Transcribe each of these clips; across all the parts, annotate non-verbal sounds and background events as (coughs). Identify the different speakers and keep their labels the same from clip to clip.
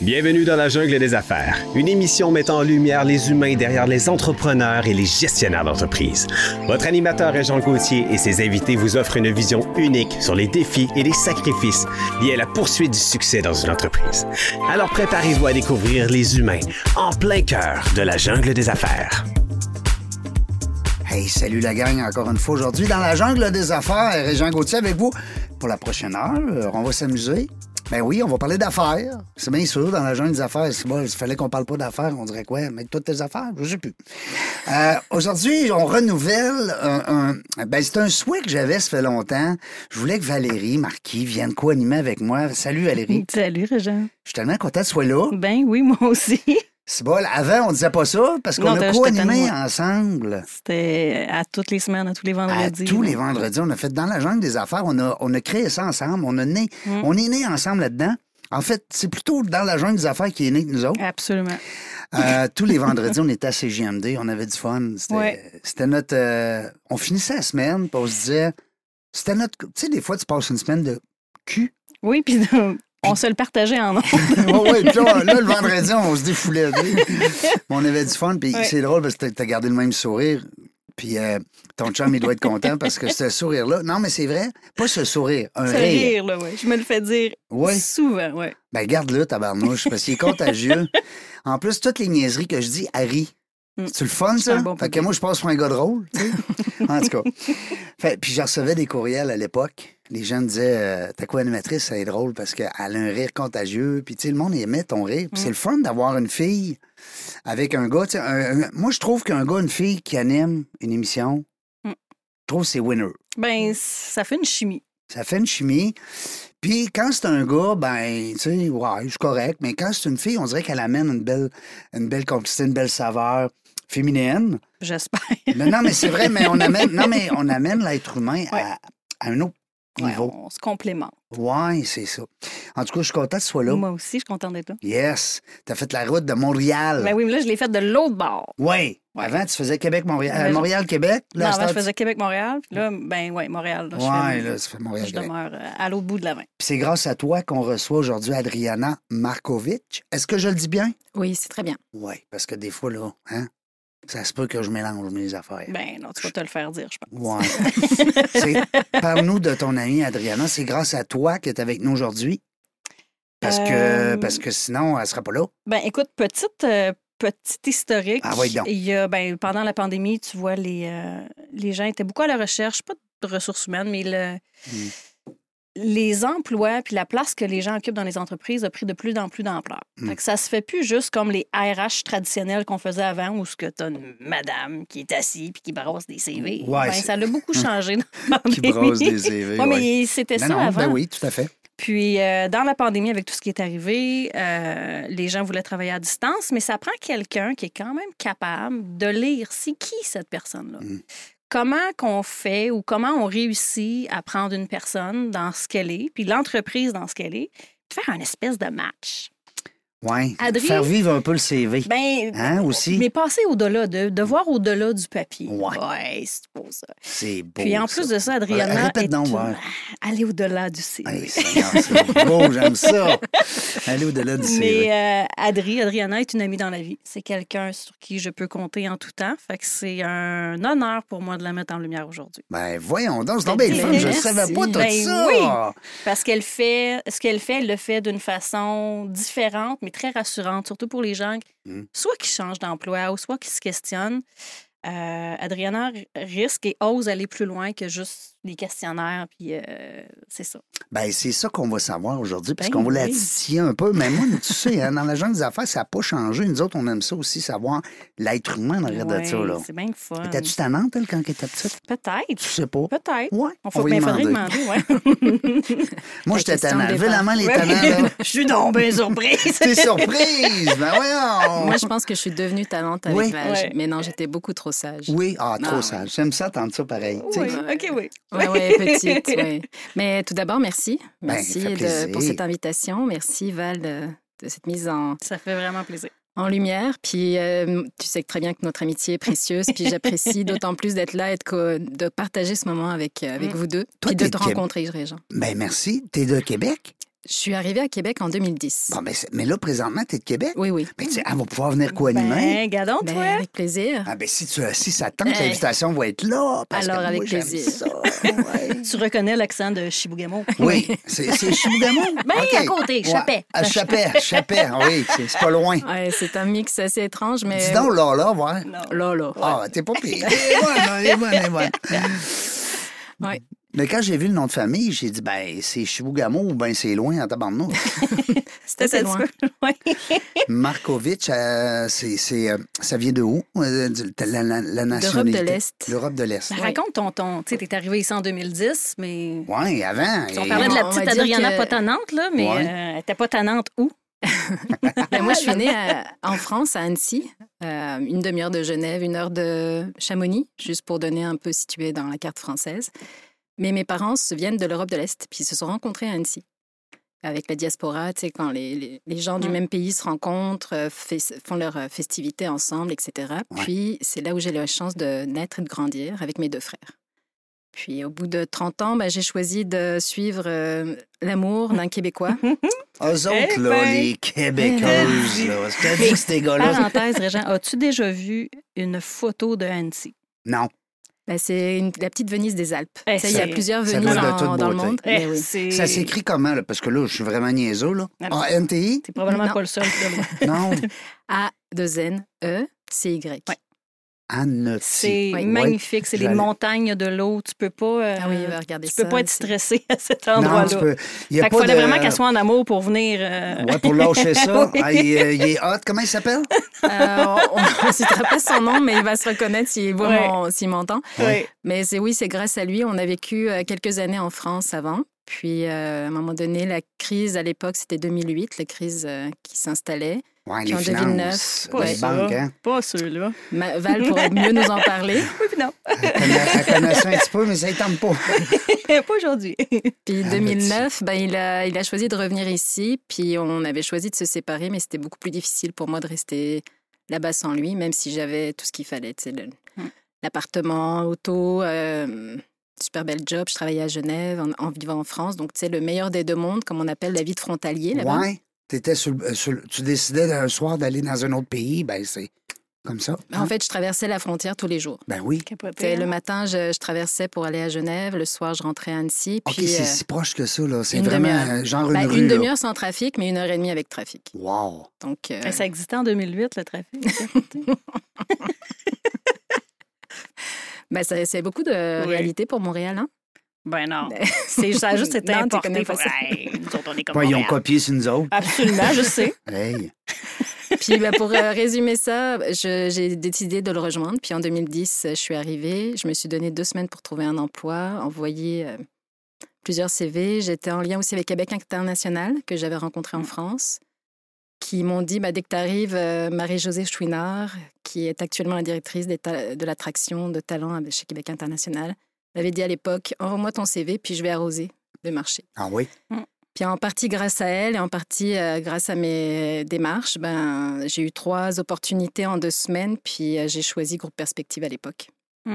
Speaker 1: Bienvenue dans la jungle des affaires, une émission mettant en lumière les humains derrière les entrepreneurs et les gestionnaires d'entreprise. Votre animateur est Jean Gauthier et ses invités vous offrent une vision unique sur les défis et les sacrifices liés à la poursuite du succès dans une entreprise. Alors préparez-vous à découvrir les humains en plein cœur de la jungle des affaires.
Speaker 2: Hey, salut la gang, encore une fois aujourd'hui dans la jungle des affaires. Jean Gauthier avec vous pour la prochaine heure. euh, On va s'amuser. Ben oui, on va parler d'affaires. C'est bien sûr, dans la jungle des affaires, c'est bon, il fallait qu'on parle pas d'affaires, on dirait quoi? Mais toutes tes affaires, je sais plus. Euh, aujourd'hui, on renouvelle un... un- ben, c'est un souhait que j'avais, ça fait longtemps. Je voulais que Valérie Marquis vienne co-animer avec moi. Salut
Speaker 3: (laughs)
Speaker 2: Valérie.
Speaker 3: Salut, Régent.
Speaker 2: Je suis tellement content que tu sois là.
Speaker 3: Ben oui, moi aussi. (laughs)
Speaker 2: C'est bon, avant, on disait pas ça parce qu'on
Speaker 3: Non,
Speaker 2: a
Speaker 3: t'as- je
Speaker 2: co-animé
Speaker 3: t'étonne, moi.
Speaker 2: ensemble.
Speaker 3: C'était à toutes les semaines, à tous les
Speaker 2: À
Speaker 3: vendredis.
Speaker 2: tous les vendredis, on a fait dans la jungle des affaires, on a, on a créé ça ensemble, on, a né, on est né ensemble là-dedans. En fait, c'est plutôt dans la jungle des affaires qui est né que nous
Speaker 3: (laughs)
Speaker 2: autres.
Speaker 3: Absolument.
Speaker 2: Euh, tous les vendredis, on était à CGMD, on avait du fun. C'était
Speaker 3: Ouais.
Speaker 2: c'était notre. euh, on finissait la semaine, puis on se disait. C'était notre. Tu sais, des fois, tu passes une semaine de cul.
Speaker 3: Oui, puis (laughs) euh, on se le partageait en ondes.
Speaker 2: (laughs) ouais, ouais, puis là, là, le vendredi, on se défoulait. tu sais. Mais on avait du fun, puis
Speaker 3: Ouais.
Speaker 2: c'est drôle parce que t'as- t'as gardé le même sourire. Puis euh, ton chum, il doit être content parce que ce sourire-là. Non, mais c'est vrai, pas ce sourire, un
Speaker 3: Ça
Speaker 2: rire.
Speaker 3: (laughs) rire, là, ouais. Je me le fais dire
Speaker 2: Ouais.
Speaker 3: souvent, ouais.
Speaker 2: Ben, garde-le, tabarnouche, parce qu'il est
Speaker 3: (laughs)
Speaker 2: contagieux. en plus, toutes les niaiseries que je dis, Harry.
Speaker 3: Mm.
Speaker 2: C'est-tu le fun,
Speaker 3: C'est un
Speaker 2: ça?
Speaker 3: bon
Speaker 2: fait que
Speaker 3: public.
Speaker 2: moi, je passe pour un gars drôle, tu sais. en tout cas.
Speaker 3: (laughs)
Speaker 2: Fait, puis, je recevais des courriels à l'époque. Les gens me disaient, euh, t'as quoi, animatrice? Ça est drôle parce qu'elle a un rire contagieux. Puis, tu sais, le monde aimait ton rire.
Speaker 3: Mm.
Speaker 2: Puis, c'est le fun d'avoir une fille avec un gars. tu sais, un- un- moi, je trouve qu'un gars, une fille qui anime une émission,
Speaker 3: Mm.
Speaker 2: je trouve que c'est winner.
Speaker 3: Ben, ça fait une chimie.
Speaker 2: Ça fait une chimie. Puis quand c'est un gars, ben, tu sais, ouais, je suis correct. Mais quand c'est une fille, on dirait qu'elle amène une belle, une belle complicité, une belle saveur féminine.
Speaker 3: J'espère. (laughs)
Speaker 2: Mais non, mais c'est vrai, mais on amène, non, mais on amène l'être humain à-
Speaker 3: Ouais.
Speaker 2: à, un autre
Speaker 3: Ouais,
Speaker 2: niveau.
Speaker 3: on se complémente.
Speaker 2: Ouais, c'est ça. En tout cas, je suis content que tu sois là.
Speaker 3: Moi aussi, je suis contente d'être là.
Speaker 2: Yes. T'as fait la route de Montréal.
Speaker 3: Ben oui, mais là, je l'ai faite de l'autre bord.
Speaker 2: Ouais.
Speaker 3: Ouais.
Speaker 2: Avant, tu faisais Québec-Montréal.
Speaker 3: Mais je-
Speaker 2: Montréal-Québec. Là,
Speaker 3: Là,
Speaker 2: à
Speaker 3: avant, je
Speaker 2: cette heure,
Speaker 3: faisais Québec-Montréal. Puis là, ben ouais, Montréal. Là,
Speaker 2: tu-
Speaker 3: je fais-
Speaker 2: Ouais, là, tu fais
Speaker 3: je
Speaker 2: Montréal-Québec.
Speaker 3: demeure euh, à l'autre bout de la main.
Speaker 2: Puis c'est grâce à toi qu'on reçoit aujourd'hui Adriana Markovic. Est-ce que je le dis bien?
Speaker 4: Oui, c'est très bien.
Speaker 2: Oui, parce que des fois, là, hein, ça se peut que je mélange mes affaires.
Speaker 3: Ben non, tu vas te le faire dire, je pense.
Speaker 2: Ouais. C'est-
Speaker 3: (laughs)
Speaker 2: Parle-nous de ton amie Adriana. C'est grâce à toi qu'elle est avec nous aujourd'hui. Parce que,
Speaker 3: Euh,
Speaker 2: parce que sinon, elle ne sera pas
Speaker 3: (laughs)
Speaker 2: là.
Speaker 3: Ben, écoute, petite, euh, petite historique.
Speaker 2: Ah, ouais, donc.
Speaker 3: Il y a, ben, pendant la pandémie, tu vois, les, euh, les gens étaient beaucoup à la recherche, pas de ressources humaines, mais le-
Speaker 2: Mm.
Speaker 3: les emplois puis la place que les gens occupent dans les entreprises a pris de plus en plus d'ampleur.
Speaker 2: Mm.
Speaker 3: Fait que ça se fait plus juste comme les RH traditionnels qu'on faisait avant, où ce que t'as une madame qui est assise puis qui brosse des CV.
Speaker 2: Ouais,
Speaker 3: Ben,
Speaker 2: c'est-
Speaker 3: ça
Speaker 2: (laughs)
Speaker 3: l'a beaucoup changé dans la pandémie.
Speaker 2: CV.
Speaker 3: Ouais, mais c'était
Speaker 2: non,
Speaker 3: ça
Speaker 2: non,
Speaker 3: avant.
Speaker 2: ben oui, tout à fait.
Speaker 3: Puis, euh, dans la pandémie, avec tout ce qui est arrivé, euh, les gens voulaient travailler à distance, mais ça prend quelqu'un qui est quand même capable de lire c'est qui cette personne-là.
Speaker 2: Mm.
Speaker 3: Comment qu'on fait ou comment on réussit à prendre une personne dans ce qu'elle est, puis l'entreprise dans ce qu'elle est, puis faire un espèce de match.
Speaker 2: Ouais.
Speaker 3: Adri-
Speaker 2: Faire vivre un peu le CV.
Speaker 3: Ben,
Speaker 2: hein, aussi.
Speaker 3: mais passer au-delà, de, de voir au-delà du papier.
Speaker 2: Ouais.
Speaker 3: c'est beau ça.
Speaker 2: C'est beau.
Speaker 3: Puis en
Speaker 2: ça.
Speaker 3: plus de ça, Adriana
Speaker 2: Répète
Speaker 3: est
Speaker 2: donc,
Speaker 3: une-
Speaker 2: ouais.
Speaker 3: aller au-delà du CV.
Speaker 2: Hey, Seigneur, c'est beau, j'aime
Speaker 3: (laughs)
Speaker 2: ça. Aller au-delà du CV.
Speaker 3: Mais euh, Adri, Adriana est une amie dans la vie. C'est quelqu'un sur qui je peux compter en tout temps. Fait que c'est un honneur pour moi de la mettre en lumière aujourd'hui.
Speaker 2: Ben voyons donc, c'est tombé le
Speaker 3: Ben,
Speaker 2: fun, je ne
Speaker 3: merci.
Speaker 2: savais pas tout
Speaker 3: Ben
Speaker 2: ça.
Speaker 3: oui. Parce qu'elle fait ce qu'elle fait, elle le fait d'une façon différente, mais très rassurante, surtout pour les gens,
Speaker 2: Mm.
Speaker 3: soit qui changent d'emploi ou soit qui se questionnent. Euh, Adriana r- risque et ose aller plus loin que juste les questionnaires, puis euh, c'est ça.
Speaker 2: Ben, c'est ça qu'on va savoir aujourd'hui, parce
Speaker 3: Ben
Speaker 2: qu'on va la
Speaker 3: oui.
Speaker 2: titiller un peu. Mais moi, tu sais, hein, dans la jungle des affaires, ça n'a pas changé. Nous autres, on aime ça aussi, savoir l'être humain derrière de Ah, ça.
Speaker 3: Ouais,
Speaker 2: Là.
Speaker 3: C'est bien le fun.
Speaker 2: T'as-tu ta Nantes, elle, quand elle était petite? Tu
Speaker 3: Peut-être,
Speaker 2: sais pas. Ouais,
Speaker 3: peut-être. On,
Speaker 2: on,
Speaker 3: faut,
Speaker 2: va
Speaker 3: ben,
Speaker 2: lui
Speaker 3: faudrait
Speaker 2: demander. (laughs)
Speaker 3: demander, ouais.
Speaker 2: Moi,
Speaker 4: La
Speaker 2: j'étais
Speaker 4: question
Speaker 2: tannant.
Speaker 4: de
Speaker 2: Levez la
Speaker 4: départ.
Speaker 2: main, les
Speaker 3: Ouais,
Speaker 2: tannants,
Speaker 3: mais- (laughs)
Speaker 2: là.
Speaker 3: Je suis donc bien surprise.
Speaker 2: T'es surprise! Ben voyons!
Speaker 4: Moi, je pense que je suis devenue talente avec
Speaker 2: Oui.
Speaker 4: l'âge.
Speaker 3: Ouais.
Speaker 4: Mais non, j'étais beaucoup trop sage.
Speaker 2: Oui, ah, trop
Speaker 4: Ah, ouais.
Speaker 2: sage. J'aime ça, tendre ça pareil. tu sais.
Speaker 3: (laughs) Oui, ok, oui.
Speaker 4: Ouais, ouais, petite,
Speaker 2: (laughs)
Speaker 4: ouais. Mais tout d'abord, merci.
Speaker 2: Ben,
Speaker 4: Merci
Speaker 2: ça fait
Speaker 4: de-
Speaker 2: plaisir.
Speaker 4: pour cette invitation. Merci, Val, de, de cette mise en,
Speaker 3: Ça fait vraiment plaisir.
Speaker 4: en lumière. Puis euh, tu sais très bien que notre amitié est précieuse. Puis
Speaker 2: (laughs)
Speaker 4: j'apprécie d'autant plus d'être là et de, co- de partager ce moment avec, euh, avec
Speaker 3: Mm.
Speaker 4: vous deux.
Speaker 2: Toi,
Speaker 4: puis de
Speaker 2: t'es
Speaker 4: te
Speaker 2: de Québec.
Speaker 4: rencontrer, Régent.
Speaker 2: Ben merci. T'es de Québec?
Speaker 4: Je suis arrivée à Québec en 2010.
Speaker 2: Bon, mais, c'est- mais là, présentement, t'es de Québec.
Speaker 4: Oui, oui.
Speaker 2: Mais tu sais, elle va pouvoir venir co-animer.
Speaker 3: Ben, gadon,
Speaker 4: Ben,
Speaker 3: toi.
Speaker 4: avec plaisir.
Speaker 2: Ah ben si, tu, si ça tente,
Speaker 4: Hey.
Speaker 2: l'invitation va être là. Parce
Speaker 4: Alors,
Speaker 2: que
Speaker 4: avec
Speaker 2: moi, j'aime
Speaker 4: plaisir.
Speaker 2: ça, ouais.
Speaker 3: Tu reconnais l'accent de Shibugamo.
Speaker 2: (laughs) Oui, c'est c'est Chibougamau?
Speaker 3: Ben,
Speaker 2: OK.
Speaker 3: à côté, Chapet.
Speaker 2: À Chapet, Chapet, oui, c'est c'est pas loin.
Speaker 4: Ouais, c'est un mix assez étrange, mais.
Speaker 2: Dis donc, là, là, ouais.
Speaker 3: Non.
Speaker 4: Là, là.
Speaker 2: Ah, t'es pas pire. Elle est bonne, elle est bonne, elle est bonne.
Speaker 4: Ouais.
Speaker 2: eh, Mais quand j'ai vu le nom de famille, j'ai dit, ben, c'est Chibougamau ou ben, c'est loin en tabarnouche.
Speaker 4: C'était assez loin.
Speaker 3: (laughs)
Speaker 2: Markovic, euh, c'est, c'est, euh, ça vient de où? euh, du- La, la- la nationalité.
Speaker 4: l'Est.
Speaker 2: L'Europe de l'Est.
Speaker 3: Ben, Raconte ton ton. Tu sais, t'es arrivé ici en 2010, mais.
Speaker 2: Oui, avant.
Speaker 3: On
Speaker 2: et-
Speaker 3: parlait de la
Speaker 4: on
Speaker 3: petite
Speaker 4: va dire
Speaker 3: Adriana
Speaker 4: que-
Speaker 3: pas tannante, là, mais
Speaker 2: Ouais.
Speaker 3: euh, elle était pas tannante où?
Speaker 4: Ben, moi, je suis née à- en France, à Annecy, euh, une demi-heure de Genève, une heure de Chamonix, juste pour donner un peu situé dans la carte française. Mais mes parents se viennent de l'Europe de l'Est, puis ils se sont rencontrés à Annecy. Avec la diaspora, tu sais, quand les, les- les gens du
Speaker 3: Mm.
Speaker 4: même pays se rencontrent, euh, fes- font leurs euh, festivités ensemble, etc.
Speaker 2: Ouais.
Speaker 4: Puis c'est là où j'ai eu la chance de naître et de grandir avec mes deux frères. Puis au bout de 30 ans, ben, j'ai choisi de suivre euh, l'amour d'un Québécois.
Speaker 2: Eux autres,
Speaker 3: Eh
Speaker 2: là,
Speaker 3: ben. Ah
Speaker 2: les Québécoises, Ah, là. Je te dis que ces gars-là.
Speaker 3: Parenthèse, Régent, as-tu déjà vu une photo de Annecy?
Speaker 2: Non.
Speaker 4: Ben, c'est une- la petite Venise des Alpes.
Speaker 3: Eh,
Speaker 4: Ça, il y
Speaker 3: c'est-
Speaker 4: a plusieurs
Speaker 2: ça
Speaker 4: Venises
Speaker 2: doit être de
Speaker 4: dans,
Speaker 2: toute
Speaker 4: dans le
Speaker 2: beauté.
Speaker 4: monde.
Speaker 3: Eh,
Speaker 4: mais oui.
Speaker 3: c'est-
Speaker 2: Ça s'écrit comment, là? Parce que là, je suis vraiment niaiseux, là.
Speaker 3: Non, non.
Speaker 2: Ah,
Speaker 3: (laughs)
Speaker 2: NTI?
Speaker 3: T'es probablement
Speaker 4: Non.
Speaker 3: pas le seul. qui l'a vu.
Speaker 2: Non.
Speaker 4: Eh, A, 2 N, E, C, Y.
Speaker 3: Ouais.
Speaker 2: Annecy.
Speaker 3: C'est
Speaker 4: Oui.
Speaker 3: magnifique. C'est des
Speaker 2: J'allais-
Speaker 3: montagnes de l'eau. Tu peux pas. euh,
Speaker 4: Ah oui, regardez
Speaker 3: tu
Speaker 4: ça.
Speaker 3: peux pas être
Speaker 4: c'est-
Speaker 3: stressé à cet
Speaker 2: Non, tu
Speaker 3: endroit-là.
Speaker 2: peux. Il y a
Speaker 3: Fait qu'il
Speaker 2: pas
Speaker 3: fallait
Speaker 2: de-
Speaker 3: vraiment qu'elle soit en amour pour venir. euh,
Speaker 2: Ouais, pour lâcher ça. Ah, il, est- il est hot. Comment il s'appelle?
Speaker 4: Euh, on on (laughs) ne citera pas son nom, mais il va se reconnaître s'il voit
Speaker 3: Ouais.
Speaker 4: mon- s'il m'entend.
Speaker 2: Ouais.
Speaker 4: Mais c'est oui, c'est grâce à lui. On a vécu euh, quelques années en France avant. Puis, euh, à un moment donné, la crise à l'époque, c'était 2008, la crise euh, qui s'installait.
Speaker 2: Ouais,
Speaker 4: Puis
Speaker 2: les
Speaker 4: en
Speaker 2: finances.
Speaker 4: 2009,
Speaker 2: les
Speaker 3: Pas
Speaker 4: ouais.
Speaker 3: ça.
Speaker 2: banques, hein?
Speaker 3: Pas ceux-là.
Speaker 4: Ma- Val pourrait mieux nous en parler.
Speaker 3: (laughs) Oui, puis non.
Speaker 2: Elle connaît, elle connaît ça un petit peu, mais ça ne tente pas.
Speaker 3: (laughs) pas aujourd'hui.
Speaker 4: Puis
Speaker 2: Ah,
Speaker 4: 2009, ben, il, a, il a choisi de revenir ici. Puis on avait choisi de se séparer, mais c'était beaucoup plus difficile pour moi de rester là-bas sans lui, même si j'avais tout ce qu'il fallait. tu sais, le-
Speaker 3: Mm.
Speaker 4: L'appartement, l'auto, euh, super bel job. Je travaillais à Genève en, en vivant en France. Donc, c'est le meilleur des deux mondes, comme on appelle la vie de frontalier là-bas.
Speaker 2: Ouais. T'étais sur le- sur le- tu décidais un soir d'aller dans un autre pays, ben c'est comme ça.
Speaker 4: Ben,
Speaker 2: hein?
Speaker 4: En fait, je traversais la frontière tous les jours.
Speaker 2: Ben oui.
Speaker 4: Tu sais, Le
Speaker 3: hein.
Speaker 4: matin, je, je traversais pour aller à Genève. Le soir, je rentrais à Annecy.
Speaker 2: OK,
Speaker 4: Puis,
Speaker 2: c'est
Speaker 4: euh,
Speaker 2: si proche que ça, là. C'est
Speaker 4: une
Speaker 2: vraiment
Speaker 4: demi-heure.
Speaker 2: euh, genre une
Speaker 4: bah,
Speaker 2: rue.
Speaker 4: une
Speaker 2: là.
Speaker 4: demi-heure sans trafic, mais une heure et demie avec trafic.
Speaker 2: Wow.
Speaker 4: Donc, euh,
Speaker 3: Ça existait en 2008, le trafic.
Speaker 4: bah, ça- c'est beaucoup de
Speaker 3: Oui.
Speaker 4: réalité pour Montréal. hein.
Speaker 3: ben non.
Speaker 4: Ben-
Speaker 3: (laughs) C'est, ça a juste été
Speaker 4: Non, t'y
Speaker 3: importé.
Speaker 4: connais pas
Speaker 3: pour-
Speaker 4: ça.
Speaker 3: Hey, nous autres, on est comme
Speaker 2: Ouais, ils ont
Speaker 3: Montréal.
Speaker 2: copié sur nous autres.
Speaker 3: Absolument, je sais.
Speaker 2: Hey.
Speaker 4: Puis bah, pour euh, résumer ça, je- j'ai décidé de le rejoindre. Puis en 2010, euh, je suis arrivée. Je me suis donné deux semaines pour trouver un emploi, envoyer euh, plusieurs CV. J'étais en lien aussi avec Québec International, que j'avais rencontré en France, qui m'ont dit bah, dès que tu arrives, Marie-Josée Chouinard, qui est actuellement la directrice des ta- de l'attraction de talent chez Québec International, m'avait dit à l'époque envoie-moi ton CV, puis je vais arroser le marché.
Speaker 2: Ah oui.
Speaker 4: Puis en partie grâce à elle et en partie euh, grâce à mes démarches, ben, j'ai eu trois opportunités en deux semaines, puis euh, j'ai choisi Groupe Perspective à l'époque.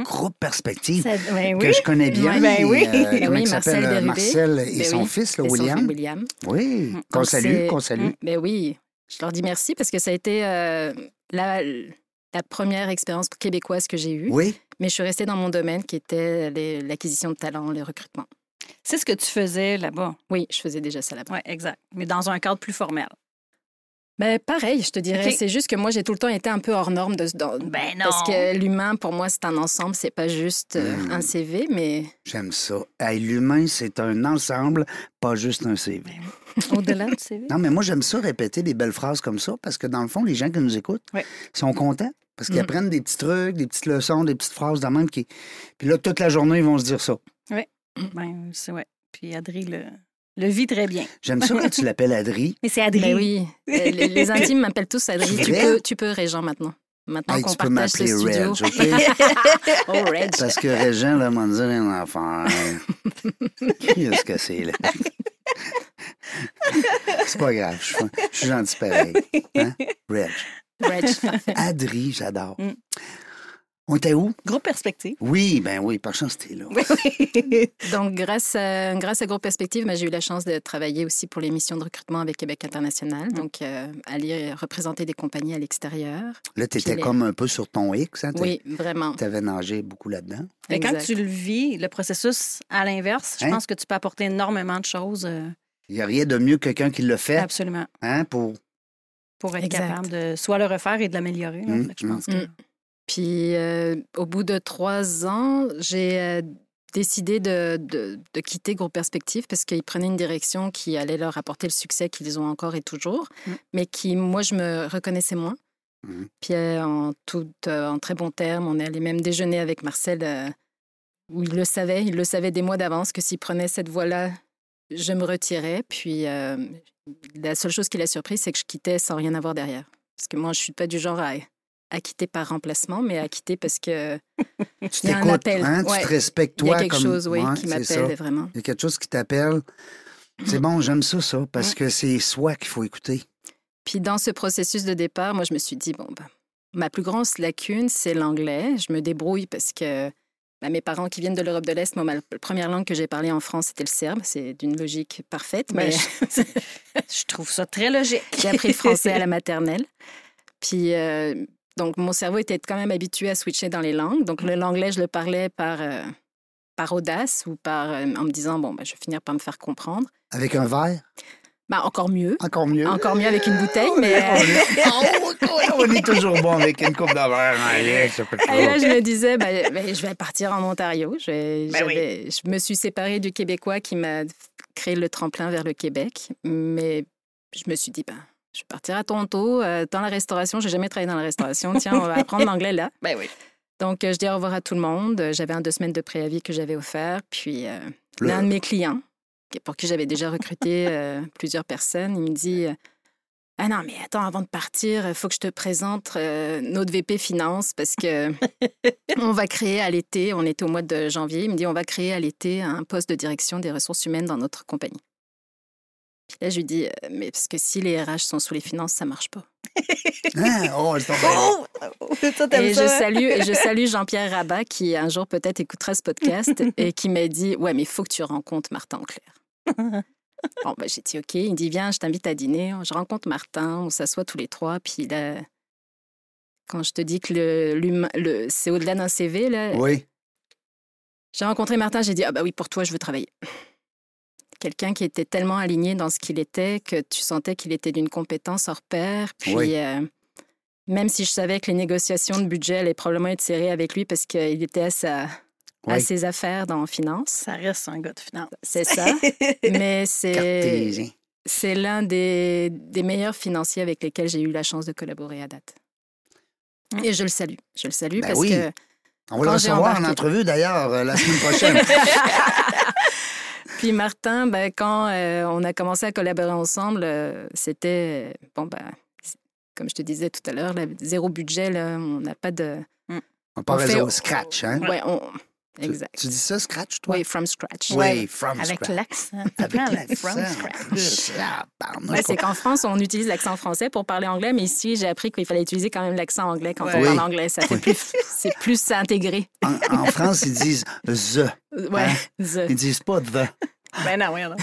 Speaker 2: Groupe Perspective.
Speaker 3: (laughs) Ça- ben
Speaker 2: Que je connais bien.
Speaker 4: Ouais,
Speaker 3: ben oui.
Speaker 2: euh, comment
Speaker 4: Oui,
Speaker 2: il
Speaker 4: Marcel
Speaker 2: s'appelle euh,
Speaker 4: Bérubé.
Speaker 2: Marcel et
Speaker 4: Ben
Speaker 2: son
Speaker 4: oui.
Speaker 2: fils, là,
Speaker 4: Et son
Speaker 2: William. Hein
Speaker 4: fils William.
Speaker 2: Oui,
Speaker 3: Donc
Speaker 2: qu'on salue,
Speaker 4: c'est-
Speaker 2: qu'on salue.
Speaker 4: Ben oui, je leur dis merci parce que ça a été euh, la, la première expérience québécoise que j'ai eue.
Speaker 2: Oui,
Speaker 4: Mais je suis restée dans mon domaine qui était les- l'acquisition de talents, le recrutement.
Speaker 3: C'est ce que tu faisais là-bas.
Speaker 4: Oui, je faisais déjà ça là-bas.
Speaker 3: Oui, exact. Mais dans un cadre plus formel.
Speaker 4: Ben, pareil, je te dirais.
Speaker 3: Ok.
Speaker 4: C'est juste que moi, j'ai tout le temps été un peu hors norme. De, dans-
Speaker 3: Ben
Speaker 4: Parce
Speaker 3: non. (laughs)
Speaker 4: que l'humain, pour moi, c'est un ensemble. C'est pas juste euh,
Speaker 2: Mm.
Speaker 4: un CV, mais
Speaker 2: j'aime ça. Hey, L'humain, c'est un ensemble, pas juste un
Speaker 4: Ben
Speaker 2: CV.
Speaker 3: Au-delà du CV.
Speaker 2: Non, mais moi, j'aime ça répéter des belles phrases comme ça parce que dans le fond, les gens qui nous écoutent
Speaker 3: Ouais.
Speaker 2: sont contents parce
Speaker 4: Mm-hmm.
Speaker 2: qu'ils
Speaker 3: Mhm.
Speaker 2: apprennent des petits trucs, des petites leçons, des petites phrases de même. Qui... Puis là, toute la journée, ils vont se dire ça.
Speaker 3: Ben, c'est ouais. Puis Adri le, le vit très bien.
Speaker 2: J'aime
Speaker 4: (laughs)
Speaker 2: ça quand tu l'appelles Adri.
Speaker 3: Mais c'est Adri.
Speaker 4: Ben oui, Euh, les,
Speaker 2: (laughs)
Speaker 4: les intimes m'appellent tous Adri.
Speaker 2: C'est
Speaker 4: Tu
Speaker 2: vrai?
Speaker 4: peux, tu peux, Régent, maintenant. Maintenant
Speaker 2: Hey,
Speaker 4: qu'on
Speaker 2: tu peux
Speaker 4: partage
Speaker 2: m'appeler
Speaker 4: ce
Speaker 2: Reg, OK?
Speaker 4: studio. (laughs) oh, Reg.
Speaker 2: (laughs) Parce que Régent, là, m'a dit un enfant.
Speaker 4: (laughs)
Speaker 2: Qu'est-ce que c'est, là? c'est pas grave, je suis, je suis (laughs) gentil pareil. Hein? Reg.
Speaker 4: Reg.
Speaker 2: Adri, j'adore.
Speaker 3: Mm.
Speaker 2: On était où?
Speaker 3: Groupe Perspective.
Speaker 2: (laughs) Oui, ben oui, par chance, t'es là.
Speaker 4: Donc, grâce à, grâce à Groupe Perspective, moi, j'ai eu la chance de travailler aussi pour les missions de recrutement avec Québec International.
Speaker 2: Ah.
Speaker 4: Donc, euh, aller représenter des compagnies à l'extérieur.
Speaker 2: Là,
Speaker 4: Je
Speaker 2: t'étais
Speaker 4: l'ai.
Speaker 2: comme un peu sur ton X, hein? t'es-
Speaker 4: Oui, vraiment.
Speaker 2: T'avais nagé beaucoup là-dedans.
Speaker 3: Mais quand
Speaker 4: Exact.
Speaker 3: tu le vis, le processus à l'inverse,
Speaker 2: Hein?
Speaker 3: je pense que tu peux apporter énormément de choses. euh,
Speaker 2: Il n'y a rien de mieux que quelqu'un qui le fait,
Speaker 3: Absolument.
Speaker 2: hein, pour...
Speaker 3: Pour être
Speaker 4: Exact.
Speaker 3: capable de soit le refaire et de l'améliorer. là.
Speaker 2: Mm,
Speaker 3: Fait que Je pense que.
Speaker 4: mm. Puis, euh, au bout de trois ans, j'ai euh, décidé de, de- de quitter Groupe Perspective parce qu'ils prenaient une direction qui allait leur apporter le succès qu'ils ont encore et toujours,
Speaker 3: Mm.
Speaker 4: mais qui, moi, je me reconnaissais moins.
Speaker 2: Mm.
Speaker 4: Puis, euh, en, tout, euh, en très bons termes, on est allé même déjeuner avec Marcel, euh, où il le savait, il le savait des mois d'avance que s'il prenait cette voie-là, je me retirais. Puis, euh, la seule chose qui l'a surpris, c'est que je quittais sans rien avoir derrière. Parce que moi, je suis pas du genre à, à quitter par remplacement, mais à quitter parce que
Speaker 2: Tu
Speaker 4: Il y a un
Speaker 2: t'écoutes,
Speaker 4: appel,
Speaker 2: hein?
Speaker 4: ouais.
Speaker 2: Tu te respectes,
Speaker 4: il y
Speaker 2: toi.
Speaker 4: a quelque
Speaker 2: comme-
Speaker 4: chose oui,
Speaker 2: Ouais,
Speaker 4: qui
Speaker 2: c'est ça.
Speaker 4: m'appelle vraiment.
Speaker 2: Il y a quelque chose qui t'appelle. C'est bon, j'aime ça, ça, parce que c'est soi qu'il faut écouter.
Speaker 4: Puis dans ce processus de départ, moi, je me suis dit, bon, ben, ma plus grande lacune, c'est l'anglais. Je me débrouille parce que ben, mes parents qui viennent de l'Europe de l'Est, moi, ma la première langue que j'ai parlée en France, c'était le serbe. C'est d'une logique parfaite,
Speaker 2: Bah,
Speaker 3: Ben,
Speaker 4: mais
Speaker 3: je... je trouve ça très logique.
Speaker 4: (laughs) j'ai appris le français
Speaker 2: (laughs)
Speaker 3: (laughs)
Speaker 4: à la maternelle. Puis, euh, donc, mon cerveau était quand même habitué à switcher dans les langues. Donc, le- l'anglais, je le parlais par, euh, par audace ou par, euh, en me disant, bon, ben, je vais finir par me faire comprendre.
Speaker 2: Avec un verre,
Speaker 4: Ben, encore mieux.
Speaker 2: encore mieux.
Speaker 4: Encore mieux avec une bouteille,
Speaker 2: (laughs)
Speaker 4: mais... euh, (laughs)
Speaker 2: Oh, on est toujours bon avec une coupe de verre. hein, yeah, ça peut être
Speaker 4: Et Eh
Speaker 2: (laughs)
Speaker 4: là,
Speaker 2: bon.
Speaker 4: je me disais, ben, ben, je vais partir en Ontario. Je, vais-
Speaker 3: Ben oui.
Speaker 4: j'avais- je me suis séparée du Québécois qui m'a créé le tremplin vers le Québec. Mais je me suis dit, ben, je vais partir à Toronto, euh, dans la restauration. J'ai jamais travaillé dans la restauration. Tiens, on
Speaker 2: (laughs)
Speaker 4: va apprendre l'anglais là.
Speaker 3: Ben oui.
Speaker 4: Donc, euh, je dis au revoir à tout le monde. Euh, J'avais un deux semaines de préavis que j'avais offert. Puis, euh,
Speaker 2: Le-
Speaker 4: l'un de mes clients, qui- pour qui j'avais déjà recruté euh, plusieurs personnes, il me dit euh, Ah non, mais attends, avant de partir, il faut que je te présente euh, notre VP Finance parce que on va créer à l'été, on était au mois de janvier, il me dit On va créer à l'été un poste de direction des ressources humaines dans notre compagnie. Puis là, je lui dis Euh, Mais parce que si les RH sont sous les finances, ça marche pas.
Speaker 2: (laughs) Hein, oh, elles sont belles.
Speaker 3: Oh! Ça, t'aimes
Speaker 4: Et
Speaker 3: ça,
Speaker 4: je,
Speaker 3: hein? (laughs)
Speaker 4: salue, et je salue Jean-Pierre Rabat qui un jour peut-être écoutera ce
Speaker 3: (laughs)
Speaker 4: podcast et qui m'a dit Ouais, mais il faut que tu rencontres Martin Auclair.
Speaker 3: (laughs)
Speaker 4: bon, ben, j'ai dit Ok. Il me dit Viens, je t'invite à dîner. Je rencontre Martin, on s'assoit tous les trois. Puis là, quand je te dis que le, l'humain- le, c'est au-delà d'un CV, là,
Speaker 2: Oui.
Speaker 4: j'ai rencontré Martin, j'ai dit Ah, bah oui, pour toi, je veux travailler. Quelqu'un qui était tellement aligné dans ce qu'il était que tu sentais qu'il était d'une compétence hors pair. Puis,
Speaker 2: Oui.
Speaker 4: euh, même si je savais que les négociations de budget allaient probablement être serrées avec lui parce qu'il était à, sa- à
Speaker 2: Oui.
Speaker 4: ses affaires dans finance,
Speaker 3: Ça reste un gars de finance.
Speaker 2: (laughs)
Speaker 4: c'est ça. Mais c'est
Speaker 2: Cartésien.
Speaker 4: c'est l'un des, des meilleurs financiers avec lesquels j'ai eu la chance de collaborer à date. Et je le salue. Je le salue
Speaker 2: Ah. Ben
Speaker 4: parce
Speaker 2: oui.
Speaker 4: que
Speaker 2: On va le
Speaker 4: Quand j'ai
Speaker 2: recevoir en
Speaker 4: embarqué-
Speaker 2: entrevue, d'ailleurs, euh, la semaine
Speaker 4: (laughs)
Speaker 2: prochaine.
Speaker 4: Puis Martin, ben, quand euh, on a commencé à collaborer ensemble, euh, c'était, euh, bon, ben, c'est- comme je te disais tout à l'heure, là, zéro budget, là, on n'a pas de...
Speaker 2: On part
Speaker 4: On fait-
Speaker 2: au scratch, hein?
Speaker 4: Ouais, on...
Speaker 2: Tu-
Speaker 4: Exact.
Speaker 2: Tu, dis ça, scratch, toi?
Speaker 4: Oui, from scratch.
Speaker 2: Oui, from
Speaker 3: Avec
Speaker 2: scratch.
Speaker 3: l'accent. T'apprends
Speaker 4: (laughs)
Speaker 3: Avec l'accent.
Speaker 4: Ouais, c'est qu'en France, on utilise l'accent français pour parler anglais, mais ici, j'ai appris qu'il fallait utiliser quand même l'accent anglais quand on
Speaker 2: Oui.
Speaker 4: parle anglais. Ça fait plus, c'est plus intégré.
Speaker 2: en, en France, ils
Speaker 4: (laughs)
Speaker 2: disent the.
Speaker 4: Ouais,
Speaker 2: Hein?
Speaker 4: the-
Speaker 2: Ils disent pas the.
Speaker 3: Ben non, oui, non.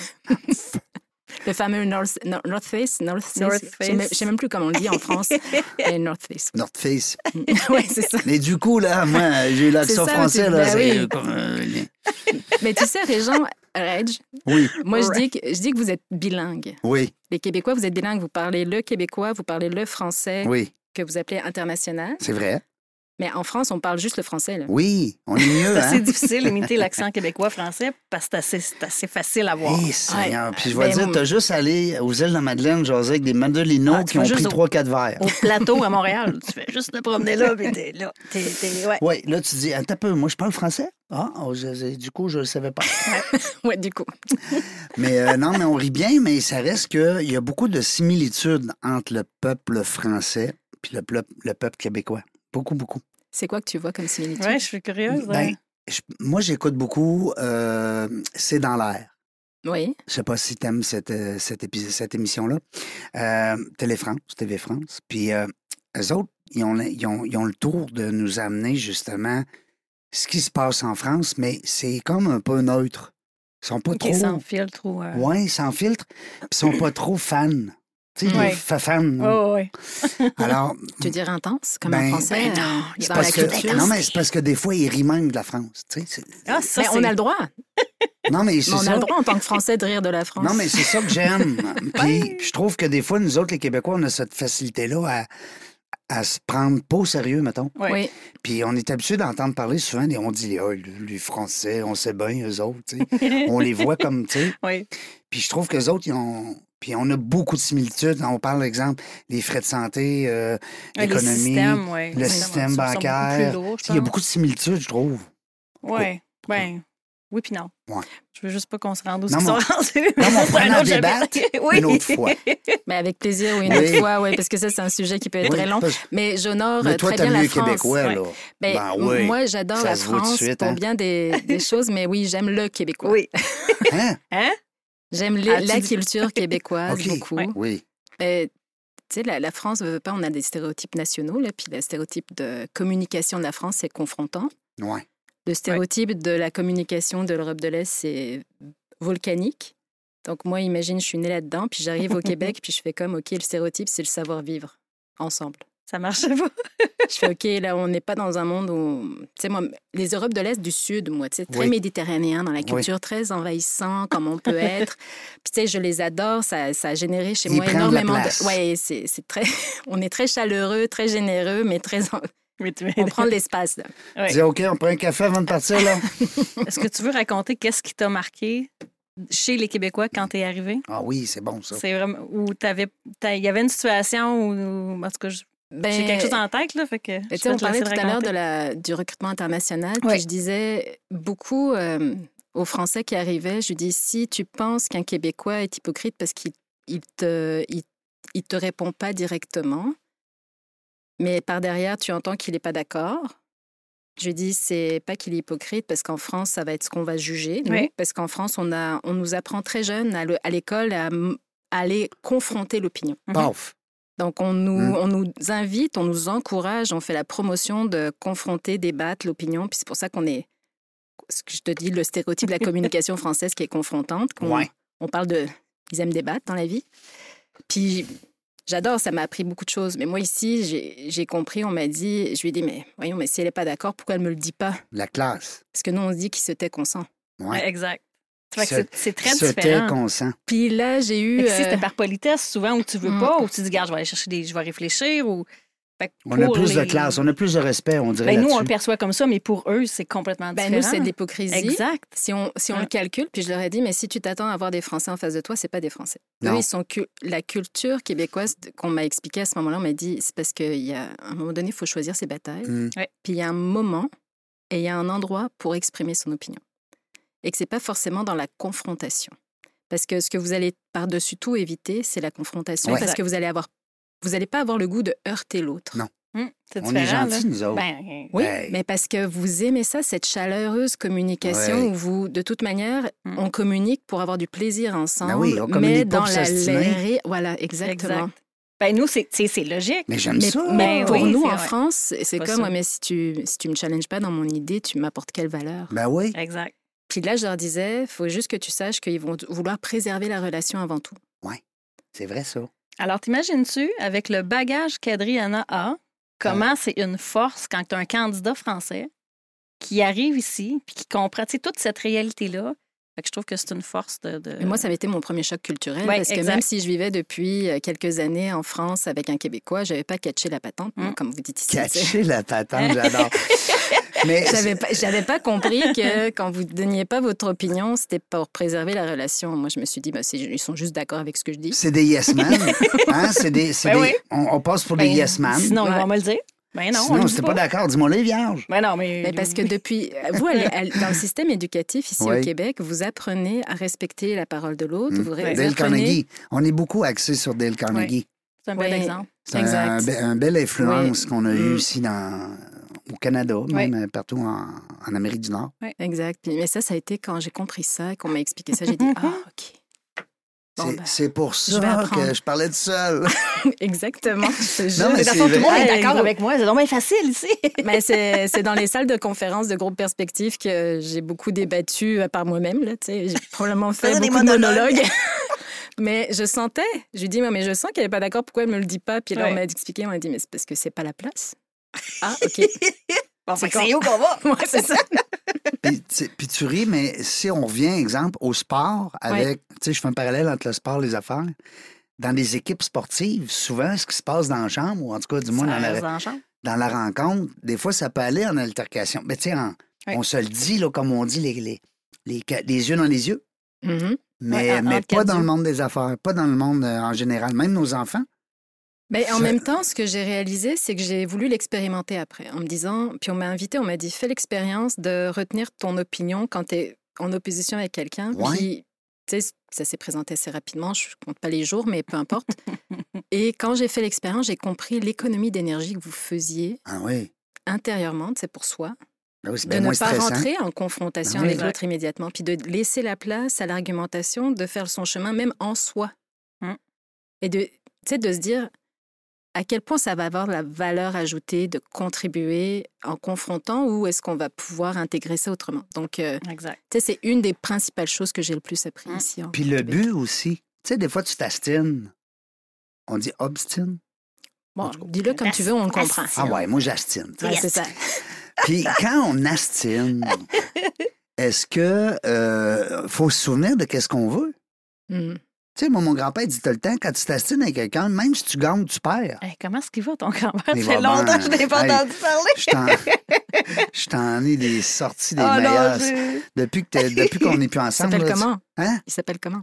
Speaker 4: le fameux North, Nor- North Face, North Face.
Speaker 3: North
Speaker 4: Je sais même- je
Speaker 3: Face.
Speaker 4: sais même plus comment on le dit
Speaker 3: (laughs)
Speaker 4: en France, mais North Face.
Speaker 2: North Face.
Speaker 4: ouais, c'est ça.
Speaker 2: Mais du coup, là, moi, j'ai eu l'accent
Speaker 4: ça,
Speaker 2: français,
Speaker 4: tu-
Speaker 2: là.
Speaker 4: ben
Speaker 2: c'est
Speaker 4: oui.
Speaker 2: euh, comme, euh,
Speaker 4: Mais tu sais, Réjean, Reg,
Speaker 2: oui,
Speaker 4: moi je dis, que, je dis que vous êtes bilingue.
Speaker 2: oui,
Speaker 4: Les Québécois, vous êtes bilingue. Vous parlez le québécois, vous parlez le français
Speaker 2: oui,
Speaker 4: que vous appelez international.
Speaker 2: c'est vrai.
Speaker 4: Mais en France, on parle juste le français. là.
Speaker 2: Oui, on est
Speaker 4: (laughs)
Speaker 2: mieux,
Speaker 3: C'est
Speaker 2: hein?
Speaker 3: difficile d'imiter l'accent québécois-français parce que c'est assez, c'est assez facile à voir.
Speaker 2: Hey, Seigneur. Puis je vais
Speaker 4: Ben,
Speaker 2: dire,
Speaker 4: on-
Speaker 2: t'as juste allé aux îles de la Madeleine, jaser avec des mandolinos
Speaker 3: Ah, tu
Speaker 2: qui ont
Speaker 3: vas
Speaker 2: pris
Speaker 3: juste au-
Speaker 2: 3-4 verres.
Speaker 3: Au plateau à Montréal, tu fais juste te promener là, puis t'es là. T'es, t'es- ouais.
Speaker 2: Oui, là, tu dis, attends un peu, moi, je parle français? Ah, oh, je- je- du coup, je le
Speaker 3: (laughs)
Speaker 2: savais pas.
Speaker 4: Ouais, du coup.
Speaker 2: Mais euh, non, mais on rit bien, mais ça reste qu'il y a beaucoup de similitudes entre le peuple français puis le, pleu- le peuple québécois. Beaucoup, beaucoup.
Speaker 4: C'est quoi que tu vois comme similitude
Speaker 3: Ouais, je suis curieuse.
Speaker 2: Ben,
Speaker 3: hein.
Speaker 2: je- moi, j'écoute beaucoup euh, C'est dans l'air.
Speaker 4: Oui.
Speaker 2: Je sais pas si t'aimes cette, euh, cette, épi- cette émission-là. Euh, Télé-France, TV-France. Puis euh, eux autres, ils ont, ils, ont, ils ont le tour de nous amener justement ce qui se passe en France, mais c'est comme un peu neutre. Ils sont pas
Speaker 3: OK,
Speaker 2: trop.
Speaker 3: sans filtre ou... euh,
Speaker 2: Ouais, sans filtre. Puis ils sont pas trop fans. Tu sais,
Speaker 3: Ouais. Oh.
Speaker 2: les fa- fans.
Speaker 3: ouais, ouais.
Speaker 2: Alors,
Speaker 4: Tu dirais intense, comme
Speaker 2: Ben,
Speaker 4: en français.
Speaker 3: ben non,
Speaker 4: euh,
Speaker 3: il y a
Speaker 4: dans
Speaker 3: pas
Speaker 4: la
Speaker 3: de
Speaker 4: culture.
Speaker 3: culture.
Speaker 2: non, mais c'est parce que des fois, ils rient même de la France. tu sais, c'est-
Speaker 3: Ah, ça,
Speaker 4: Mais on
Speaker 3: c'est-
Speaker 4: a le droit.
Speaker 2: Non, mais
Speaker 4: Mais
Speaker 2: c'est
Speaker 4: on a
Speaker 2: ça.
Speaker 4: le droit en tant que Français de rire de la France.
Speaker 2: Non, mais c'est ça que
Speaker 4: (laughs)
Speaker 2: j'aime. Puis je trouve que des fois, nous autres, les Québécois, on a cette facilité-là à, à se prendre pas au sérieux, mettons.
Speaker 3: Ouais.
Speaker 4: Oui.
Speaker 2: Puis on est habitué d'entendre parler souvent des on dit Ah, les Français, on sait bien, eux autres. tu
Speaker 4: (laughs)
Speaker 2: sais. on les voit comme, tu sais.
Speaker 3: Oui.
Speaker 2: Puis je trouve que les autres, ils ont. Puis on a beaucoup de similitudes. On parle, par exemple, des frais de santé, euh,
Speaker 3: Ouais, les
Speaker 2: l'économie,
Speaker 3: systèmes, ouais.
Speaker 2: le
Speaker 3: Les
Speaker 2: système
Speaker 3: systèmes, ouais,
Speaker 2: bancaire.
Speaker 3: sont beaucoup plus lourds, je
Speaker 2: Tu sais, Il y a
Speaker 3: pense.
Speaker 2: beaucoup de similitudes, je trouve.
Speaker 3: Ouais. Ben, oui, puis non.
Speaker 2: Ouais.
Speaker 3: Je veux juste pas qu'on se rende où
Speaker 2: Non,
Speaker 3: ils sont
Speaker 2: mais-
Speaker 3: (laughs) rendus.
Speaker 2: mais on pourrait
Speaker 3: un
Speaker 2: en
Speaker 3: autre chapitre.
Speaker 2: (laughs)
Speaker 3: oui.
Speaker 2: une autre
Speaker 4: (laughs)
Speaker 2: fois.
Speaker 4: Mais avec plaisir, oui, une
Speaker 2: Oui.
Speaker 4: autre fois, oui, parce que ça, c'est un sujet qui peut être très long.
Speaker 2: Parce-
Speaker 4: Mais j'honore
Speaker 2: Mais
Speaker 4: euh,
Speaker 2: toi,
Speaker 4: très
Speaker 2: t'aimes mieux
Speaker 4: bien la
Speaker 2: les
Speaker 4: France.
Speaker 2: Québécois, là.
Speaker 4: Ben,
Speaker 2: Ben oui.
Speaker 4: Moi, j'adore
Speaker 2: Ça
Speaker 4: la
Speaker 2: se voit tout de
Speaker 4: France
Speaker 2: suite,
Speaker 4: pour
Speaker 2: hein.
Speaker 4: bien des,
Speaker 2: (laughs)
Speaker 4: des choses, mais oui, j'aime le Québécois.
Speaker 3: Oui.
Speaker 2: Hein?
Speaker 4: J'aime les-
Speaker 3: Ah, tu
Speaker 4: la
Speaker 3: dis-
Speaker 2: (laughs)
Speaker 4: culture québécoise
Speaker 2: Ok.
Speaker 4: beaucoup.
Speaker 3: Ouais.
Speaker 2: Oui.
Speaker 4: Mais, tu sais, la, la France, veut veut pas, on a des stéréotypes nationaux, là, puis le stéréotype de communication de la France, c'est confrontant.
Speaker 2: Ouais.
Speaker 4: Le stéréotype de la communication de l'Europe de l'Est, c'est volcanique. Donc moi, imagine, je suis née là-dedans, puis
Speaker 2: (laughs)
Speaker 4: j'arrive au Québec, puis je fais comme, OK, le stéréotype, c'est le savoir-vivre ensemble.
Speaker 3: Ça marche pas.
Speaker 4: Je fais, OK, là, on n'est pas dans un monde où... Tu sais, moi, les Europes de l'Est, du Sud, moi, tu sais, très
Speaker 2: Oui.
Speaker 4: méditerranéen dans la
Speaker 2: Oui.
Speaker 4: culture, très envahissant, comme on
Speaker 2: (laughs)
Speaker 4: peut être. Puis, tu sais, je les adore. Ça, ça a généré chez
Speaker 2: Ils
Speaker 4: moi
Speaker 2: prennent de la
Speaker 4: énormément
Speaker 2: place.
Speaker 4: de... Ouais, c'est c'est très... (laughs) on est très chaleureux, très généreux, mais
Speaker 2: (laughs)
Speaker 4: très... en-
Speaker 3: Mais tu-
Speaker 4: On prend de l'espace, là.
Speaker 3: Ouais.
Speaker 2: Dis, OK, on prend un café avant de partir, là.
Speaker 3: Est-ce que tu veux raconter qu'est-ce qui t'a marqué chez les Québécois quand t'es arrivé?
Speaker 2: Ah oui, c'est bon, ça.
Speaker 3: C'est vraiment où t'avais t'as- il y avait une situation où, où- en tout cas je- j'ai
Speaker 2: Euh,
Speaker 4: Ben,
Speaker 3: quelque chose en tête là fait que
Speaker 2: ben,
Speaker 3: je
Speaker 4: Mais tu sais,
Speaker 3: vais
Speaker 4: on
Speaker 3: te laisser
Speaker 4: parlait
Speaker 3: le
Speaker 4: tout à l'heure
Speaker 3: raconter.
Speaker 4: de la, du recrutement international.
Speaker 3: Ouais.
Speaker 4: Puis je disais beaucoup euh, aux Français qui arrivaient, je dis si tu penses qu'un Québécois est hypocrite parce qu'il il te, il, il te répond pas directement, mais par derrière tu entends qu'il n'est pas d'accord. Je dis c'est pas qu'il est hypocrite parce qu'en France ça va être ce qu'on va juger. nous.
Speaker 3: Ouais.
Speaker 4: parce qu'en France on a, on nous apprend très jeune à le- à l'école à m- à aller confronter l'opinion.
Speaker 2: Paf.
Speaker 4: Donc, on nous,
Speaker 3: Mmh.
Speaker 2: Mm.
Speaker 4: on nous invite, on nous encourage, on fait la promotion de confronter, débattre l'opinion. Puis c'est pour ça qu'on est, ce que je te dis, le stéréotype de
Speaker 3: (laughs)
Speaker 4: la communication française qui est confrontante.
Speaker 3: Mm.
Speaker 4: qu'on-
Speaker 2: Ouais.
Speaker 4: On parle de. Ils aiment débattre dans la vie. Puis j'adore, ça m'a appris beaucoup de choses. Mais moi, ici, j'ai- j'ai compris, on m'a dit, je lui ai dit, mais voyons, mais si elle n'est pas d'accord, pourquoi elle ne me le dit pas
Speaker 2: La classe.
Speaker 4: Parce que nous, on se dit qu'il se tait, qu'on sent.
Speaker 2: Ouais.
Speaker 3: Ouais, exact. Fait que
Speaker 2: Se-
Speaker 3: c'est- c'est Euh, très
Speaker 2: se tait
Speaker 3: différent.
Speaker 2: qu'on sent.
Speaker 4: Puis là, j'ai eu.
Speaker 3: Fait que si
Speaker 4: euh,
Speaker 3: c'était par politesse souvent où tu veux
Speaker 4: Mm.
Speaker 3: pas ou tu dis garde je vais aller chercher des je vais réfléchir ou Fait que
Speaker 2: On a
Speaker 3: pour
Speaker 2: plus de
Speaker 3: les-
Speaker 2: classe, on a plus de respect, on dirait.
Speaker 3: Ben, nous on le
Speaker 2: là-dessus.
Speaker 3: perçoit comme ça mais pour eux c'est complètement
Speaker 4: ben,
Speaker 3: différent.
Speaker 4: nous, c'est de l'hypocrisie.
Speaker 3: Exact.
Speaker 4: Si on, si on
Speaker 3: Ouais.
Speaker 4: le calcule, puis je leur ai dit, mais si tu t'attends à avoir des Français en face de toi, c'est pas des Français.
Speaker 2: Non.
Speaker 4: Eux, ils sont cul- la culture québécoise de- qu'on m'a expliqué à ce moment-là, on m'a dit, c'est parce qu'il y a à un moment donné, il faut choisir ses batailles,
Speaker 2: Mm.
Speaker 4: puis il y a un moment et il y a un endroit pour exprimer son opinion. Et que c'est pas forcément dans la confrontation. Parce que ce que vous allez par-dessus tout éviter, c'est la confrontation,
Speaker 2: Ouais.
Speaker 4: parce
Speaker 3: Exact.
Speaker 4: que vous allez avoir, vous allez pas avoir le goût de heurter l'autre.
Speaker 2: Non.
Speaker 3: Hum, C'est
Speaker 2: On est
Speaker 3: différent là.
Speaker 2: gentils, nous autres.
Speaker 3: Ben,
Speaker 4: Oui,
Speaker 2: Hey.
Speaker 4: mais parce que vous aimez ça, cette chaleureuse communication
Speaker 2: Ouais.
Speaker 4: où vous, de toute manière,
Speaker 3: Mm.
Speaker 4: on communique pour avoir du plaisir ensemble,
Speaker 2: Ben oui, on
Speaker 4: mais
Speaker 2: communique pas
Speaker 4: dans
Speaker 2: pour
Speaker 4: la
Speaker 2: s'ostiner.
Speaker 4: laiterie- Voilà, exactement.
Speaker 3: ben nous c'est c'est- c'est logique.
Speaker 2: mais j'aime
Speaker 4: Mais,
Speaker 2: ça.
Speaker 4: mais
Speaker 3: Ben
Speaker 4: pour
Speaker 3: oui,
Speaker 4: nous,
Speaker 3: c'est
Speaker 4: en
Speaker 3: vrai.
Speaker 4: France, c'est
Speaker 3: pas
Speaker 4: comme,
Speaker 3: ça.
Speaker 4: ouais, mais si tu si tu me challenges pas dans mon idée, tu m'apportes quelle valeur
Speaker 3: Bah.
Speaker 2: Ben oui.
Speaker 3: Exact.
Speaker 4: Puis là, je leur disais, faut juste que tu saches qu'ils vont vouloir préserver la relation avant tout.
Speaker 2: C'est vrai,
Speaker 3: (laughs)
Speaker 2: ça.
Speaker 3: Alors, t'imagines-tu, avec le bagage qu'Adriana a, comment c'est une force quand tu as un candidat français qui arrive ici puis qui comprend tu sais, toute cette réalité-là? Fait que je trouve que c'est une force de. de-
Speaker 4: Et moi, ça avait été mon premier choc culturel,
Speaker 3: Euh. Ouais,
Speaker 4: parce que
Speaker 3: exact.
Speaker 4: même si je vivais depuis euh, quelques années en France avec un Québécois, j'avais pas catché la patente, moi,
Speaker 3: Mm.
Speaker 4: comme vous dites ici. c'est-
Speaker 2: Cacher la patente,
Speaker 3: (laughs)
Speaker 2: j'adore. mais
Speaker 4: (laughs) J'avais pas, j'avais pas compris que quand vous donniez pas votre opinion, c'était pour préserver la relation. Moi, je me suis dit, bah, c'est- ils sont juste d'accord avec ce que je dis.
Speaker 2: c'est des yes men.
Speaker 3: (laughs)
Speaker 2: Hein? C'est des, c'est
Speaker 3: Ben
Speaker 2: des-
Speaker 3: oui.
Speaker 2: on, on passe pour des
Speaker 3: Ben,
Speaker 2: yes men.
Speaker 3: Sinon, ils
Speaker 4: Ouais.
Speaker 3: vont me le dire. Ben non, on
Speaker 2: Sinon,
Speaker 3: le
Speaker 2: si
Speaker 3: dit
Speaker 2: t'es
Speaker 3: pas.
Speaker 2: pas d'accord, dis-moi les vierges.
Speaker 3: Ben non, mais.
Speaker 4: Mais parce que depuis, euh, vous, allez- allez- dans le système éducatif ici
Speaker 2: Oui.
Speaker 4: au Québec, vous apprenez à respecter la parole de l'autre.
Speaker 2: Mm.
Speaker 4: Vous
Speaker 3: Ouais.
Speaker 2: Dale
Speaker 4: apprenez-
Speaker 2: Carnegie. On est beaucoup axé sur Dale Carnegie.
Speaker 3: C'est un bel
Speaker 4: Ouais.
Speaker 3: exemple.
Speaker 2: C'est
Speaker 4: Exact.
Speaker 2: un, be- un belle influence
Speaker 4: Oui.
Speaker 2: qu'on a eue
Speaker 4: Mm.
Speaker 2: ici dans, au Canada, même euh, partout en, en Amérique du Nord. (laughs)
Speaker 4: Exact. Puis- Mais ça, ça a été quand j'ai compris ça et qu'on m'a expliqué ça, j'ai dit, ah, OK. Bon,
Speaker 2: C'est-
Speaker 4: ben,
Speaker 2: C'est pour
Speaker 4: je vais
Speaker 2: ça
Speaker 4: apprendre.
Speaker 2: que je parlais de
Speaker 4: (laughs)
Speaker 2: seul.
Speaker 4: Exactement. C'est
Speaker 2: Non,
Speaker 4: juste-
Speaker 2: mais
Speaker 3: Mais
Speaker 2: c'est
Speaker 3: dans le fond, tout le monde
Speaker 4: vrai.
Speaker 3: est d'accord
Speaker 4: Hey,
Speaker 3: avec moi. C'est dommage facile ici.
Speaker 4: Mais c'est c'est dans les salles de conférences de groupe perspective que j'ai beaucoup débattu euh, par moi-même. là, tu sais. J'ai probablement fait
Speaker 3: Faisais des
Speaker 4: beaucoup de
Speaker 3: monologues.
Speaker 4: monologues.
Speaker 3: (laughs)
Speaker 4: (laughs) mais je sentais, je lui dis, mais je sens qu'elle n'est pas d'accord, pourquoi elle ne me le dit pas Puis là, on
Speaker 3: Ouais.
Speaker 4: m'a expliqué, on m'a dit, mais c'est parce que c'est pas la
Speaker 3: (laughs)
Speaker 4: place. Ah, OK.
Speaker 3: Bon,
Speaker 4: C'est
Speaker 3: fait que c'est où qu'on va?
Speaker 4: (laughs) Moi, c'est ça.
Speaker 2: puis, tu sais, puis tu ris, mais si on revient, exemple, au sport, avec, tu sais, je fais un parallèle entre le sport et les affaires. Dans les équipes sportives, souvent, ce qui se passe dans la chambre, ou en tout cas, du moins dans la,
Speaker 3: Ça, en chambre.
Speaker 2: dans la rencontre, des fois, ça peut aller en altercation. Mais tu sais, en-
Speaker 3: Oui.
Speaker 2: on se le dit, là, comme on dit, les, les, les, ca- les yeux dans les yeux,
Speaker 4: Mhm.
Speaker 2: mais,
Speaker 3: Ouais, en-
Speaker 2: mais
Speaker 3: entre
Speaker 2: pas
Speaker 3: quatre
Speaker 2: dans le
Speaker 3: yeux.
Speaker 2: monde des affaires, pas dans le monde euh, en général, même nos enfants.
Speaker 4: Mais en
Speaker 2: Ça-
Speaker 4: même temps, ce que j'ai réalisé, c'est que j'ai voulu l'expérimenter après, en me disant, puis on m'a invité, on m'a dit, fais l'expérience de retenir ton opinion quand tu es en opposition avec quelqu'un.
Speaker 2: Ouais.
Speaker 4: Puis, tu sais, ça s'est présenté assez rapidement, je compte pas les jours, mais
Speaker 2: (laughs)
Speaker 4: peu importe. Et quand j'ai fait l'expérience, j'ai compris l'économie d'énergie que vous faisiez
Speaker 2: Ah oui,
Speaker 4: intérieurement, c'est pour soi,
Speaker 2: Ah oui, c'est
Speaker 4: de
Speaker 2: bien
Speaker 4: ne
Speaker 2: moins
Speaker 4: pas
Speaker 2: stressant. Ben
Speaker 4: rentrer en confrontation
Speaker 2: Oui.
Speaker 4: avec l'autre immédiatement, puis de laisser la place à l'argumentation, de faire son chemin même en soi.
Speaker 3: Hum.
Speaker 4: Et de, tu sais, de se dire à quel point ça va avoir la valeur ajoutée de contribuer en confrontant ou est-ce qu'on va pouvoir intégrer ça autrement. Donc, euh,
Speaker 3: Exact.
Speaker 4: tu sais, c'est une des principales choses que j'ai le plus appris
Speaker 3: Hum.
Speaker 4: ici. en
Speaker 2: Puis le
Speaker 4: Québec.
Speaker 2: but aussi, tu sais, des fois, tu t'astines. On dit obstine.
Speaker 4: Bon, dis-le comme tu veux, on le
Speaker 3: Ah,
Speaker 4: comprend.
Speaker 2: Ah ouais, moi, j'astine.
Speaker 4: Ouais,
Speaker 3: Yes.
Speaker 4: c'est ça.
Speaker 2: Puis quand on
Speaker 3: (laughs)
Speaker 2: astine, est-ce que euh, faut se souvenir de qu'est-ce qu'on veut?
Speaker 4: Hum.
Speaker 2: Tu sais, moi, mon grand-père dit tout le temps, quand tu t'astines avec quelqu'un, même si tu gagnes, tu perds.
Speaker 3: Hey, comment est-ce qu'il va, ton grand-père?
Speaker 2: Il
Speaker 3: Ça fait
Speaker 2: va
Speaker 3: longtemps
Speaker 2: bien.
Speaker 3: que je n'ai pas
Speaker 2: Hey.
Speaker 3: entendu parler.
Speaker 2: Je
Speaker 3: (laughs)
Speaker 2: t'en- je t'en ai des sorties des
Speaker 3: Ah
Speaker 2: meilleures.
Speaker 3: non, j'ai-
Speaker 2: Depuis que t'es- depuis qu'on
Speaker 3: (laughs)
Speaker 2: n'est plus
Speaker 4: Il
Speaker 2: ensemble,
Speaker 4: s'appelle
Speaker 2: là, tu-
Speaker 4: comment
Speaker 2: Hein?
Speaker 4: Il s'appelle comment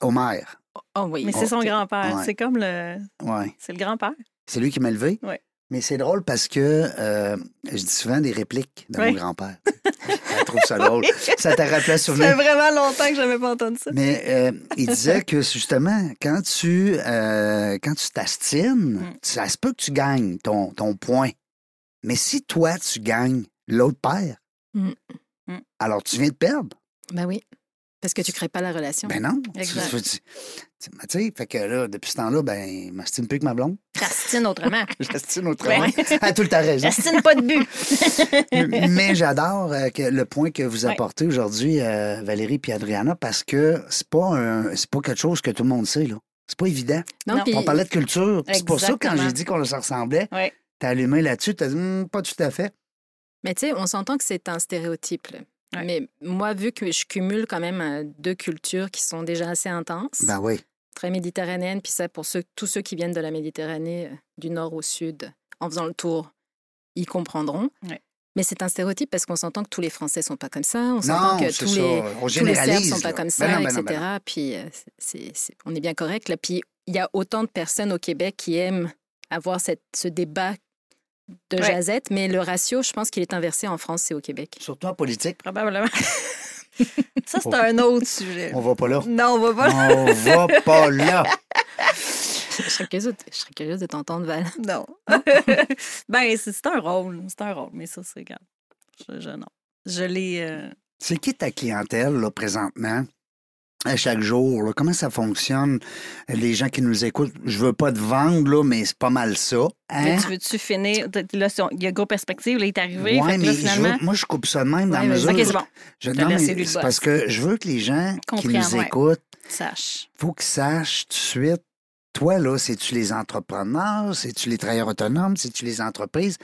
Speaker 2: Homer.
Speaker 4: Oh oui.
Speaker 3: Mais c'est son grand-père.
Speaker 2: Ouais.
Speaker 3: C'est comme le...
Speaker 2: Ouais.
Speaker 3: C'est le grand-père.
Speaker 2: C'est lui qui m'a levé.
Speaker 3: Ouais.
Speaker 2: Mais c'est drôle parce que euh, je dis souvent des répliques de
Speaker 3: Ouais.
Speaker 2: mon
Speaker 3: (laughs)
Speaker 2: grand-père. Elle trouve ça drôle. Ça t'a rappelé un
Speaker 3: Ça
Speaker 2: souvenir.
Speaker 3: fait vraiment longtemps que je n'avais pas entendu ça.
Speaker 2: Mais euh, il disait que justement, quand tu euh, quand tu t'astines,
Speaker 3: Mm.
Speaker 2: ça se peut que tu gagnes ton, ton point. Mais si toi, tu gagnes, l'autre perd.
Speaker 4: Mm.
Speaker 3: Mm.
Speaker 2: Alors, tu viens de perdre.
Speaker 4: Ben oui. Parce que tu crées pas la relation.
Speaker 2: Ben non. Tu-
Speaker 3: Exact.
Speaker 2: Tu, tu- tu- mais tu sais, fait que là, depuis ce temps-là, ben, je m'astine plus que ma blonde. (laughs)
Speaker 3: J'astine autrement.
Speaker 2: Je l'astine autrement.
Speaker 3: Ouais.
Speaker 2: À tout le temps
Speaker 3: (laughs)
Speaker 2: raison.
Speaker 3: J'astine pas de but.
Speaker 2: Mais j'adore euh, que le point que vous
Speaker 3: Ouais.
Speaker 2: apportez aujourd'hui, euh, Valérie puis Adriana, parce que c'est pas un- c'est pas quelque chose que tout le monde sait, là. C'est pas évident.
Speaker 4: non,
Speaker 3: non.
Speaker 4: puis-
Speaker 2: On parlait de culture. puis C'est pour ça, quand
Speaker 3: Exactement.
Speaker 2: j'ai dit qu'on se ressemblait,
Speaker 3: Ouais.
Speaker 2: t'as allumé là-dessus, t'as dit, Hum, pas tout à fait.
Speaker 4: Mais tu sais, on s'entend que c'est un stéréotype. là.
Speaker 3: Ouais.
Speaker 4: Mais moi, vu que je cumule quand même euh, deux cultures qui sont déjà assez intenses,
Speaker 2: Ben oui.
Speaker 4: très méditerranéenne, puis ça, pour ceux, tous ceux qui viennent de la Méditerranée, euh, du nord au sud, en faisant le tour, ils comprendront.
Speaker 3: Ouais.
Speaker 4: Mais c'est un stéréotype parce qu'on s'entend que tous les Français sont pas comme ça, on
Speaker 2: Non,
Speaker 4: s'entend que
Speaker 2: c'est
Speaker 4: tous
Speaker 2: ça.
Speaker 4: les,
Speaker 2: on
Speaker 4: tous les Serbes
Speaker 2: généralise.
Speaker 4: sont pas
Speaker 2: là.
Speaker 4: comme
Speaker 2: Ben
Speaker 4: ça,
Speaker 2: non, ben non,
Speaker 4: etc.
Speaker 2: ben non.
Speaker 4: Puis euh, c'est- c'est- on est bien correct. Là. Puis il y a autant de personnes au Québec qui aiment avoir cette, ce débat de
Speaker 3: Ouais.
Speaker 4: jazette, mais le ratio, je pense qu'il est inversé en France et au Québec. (laughs)
Speaker 2: Surtout en politique,
Speaker 3: Probablement. (laughs)
Speaker 2: Oh.
Speaker 3: Ça, c'est un autre sujet.
Speaker 2: on va pas
Speaker 4: (laughs)
Speaker 2: là.
Speaker 3: Non, on va pas.
Speaker 2: on va pas là.
Speaker 4: Je serais curieuse, de- je serais curieuse de t'entendre, Val.
Speaker 3: Non.
Speaker 2: (laughs)
Speaker 3: (laughs) ben, c'est c'est un rôle. C'est un rôle, mais ça, c'est grave. Je, je- non. Je l'ai. euh,
Speaker 2: C'est qui ta clientèle, là, présentement? À chaque jour, là? comment ça fonctionne? Les gens qui nous écoutent, je veux pas te vendre, là, mais c'est pas mal ça.
Speaker 3: mais
Speaker 2: Hein?
Speaker 3: Tu veux-tu finir? T'as- Là, si on- il y a gros perspective, là, il est arrivé.
Speaker 2: Ouais,
Speaker 3: fait que
Speaker 2: mais
Speaker 3: là,
Speaker 2: je veux-
Speaker 3: finalement.
Speaker 2: moi, je coupe ça de même dans
Speaker 4: Ouais,
Speaker 2: la
Speaker 4: vas-y.
Speaker 2: mesure.
Speaker 3: Ok, c'est bon.
Speaker 2: Je-
Speaker 3: te
Speaker 2: non,
Speaker 3: laisse
Speaker 2: mais
Speaker 3: lui le
Speaker 2: c'est
Speaker 3: boss.
Speaker 2: parce que je veux que les gens qui
Speaker 3: Comprends,
Speaker 2: nous
Speaker 3: ouais.
Speaker 2: écoutent
Speaker 3: Sache.
Speaker 2: faut qu'ils sachent tout de suite, toi, là, c'est-tu les entrepreneurs, c'est-tu les travailleurs autonomes, c'est-tu les entreprises?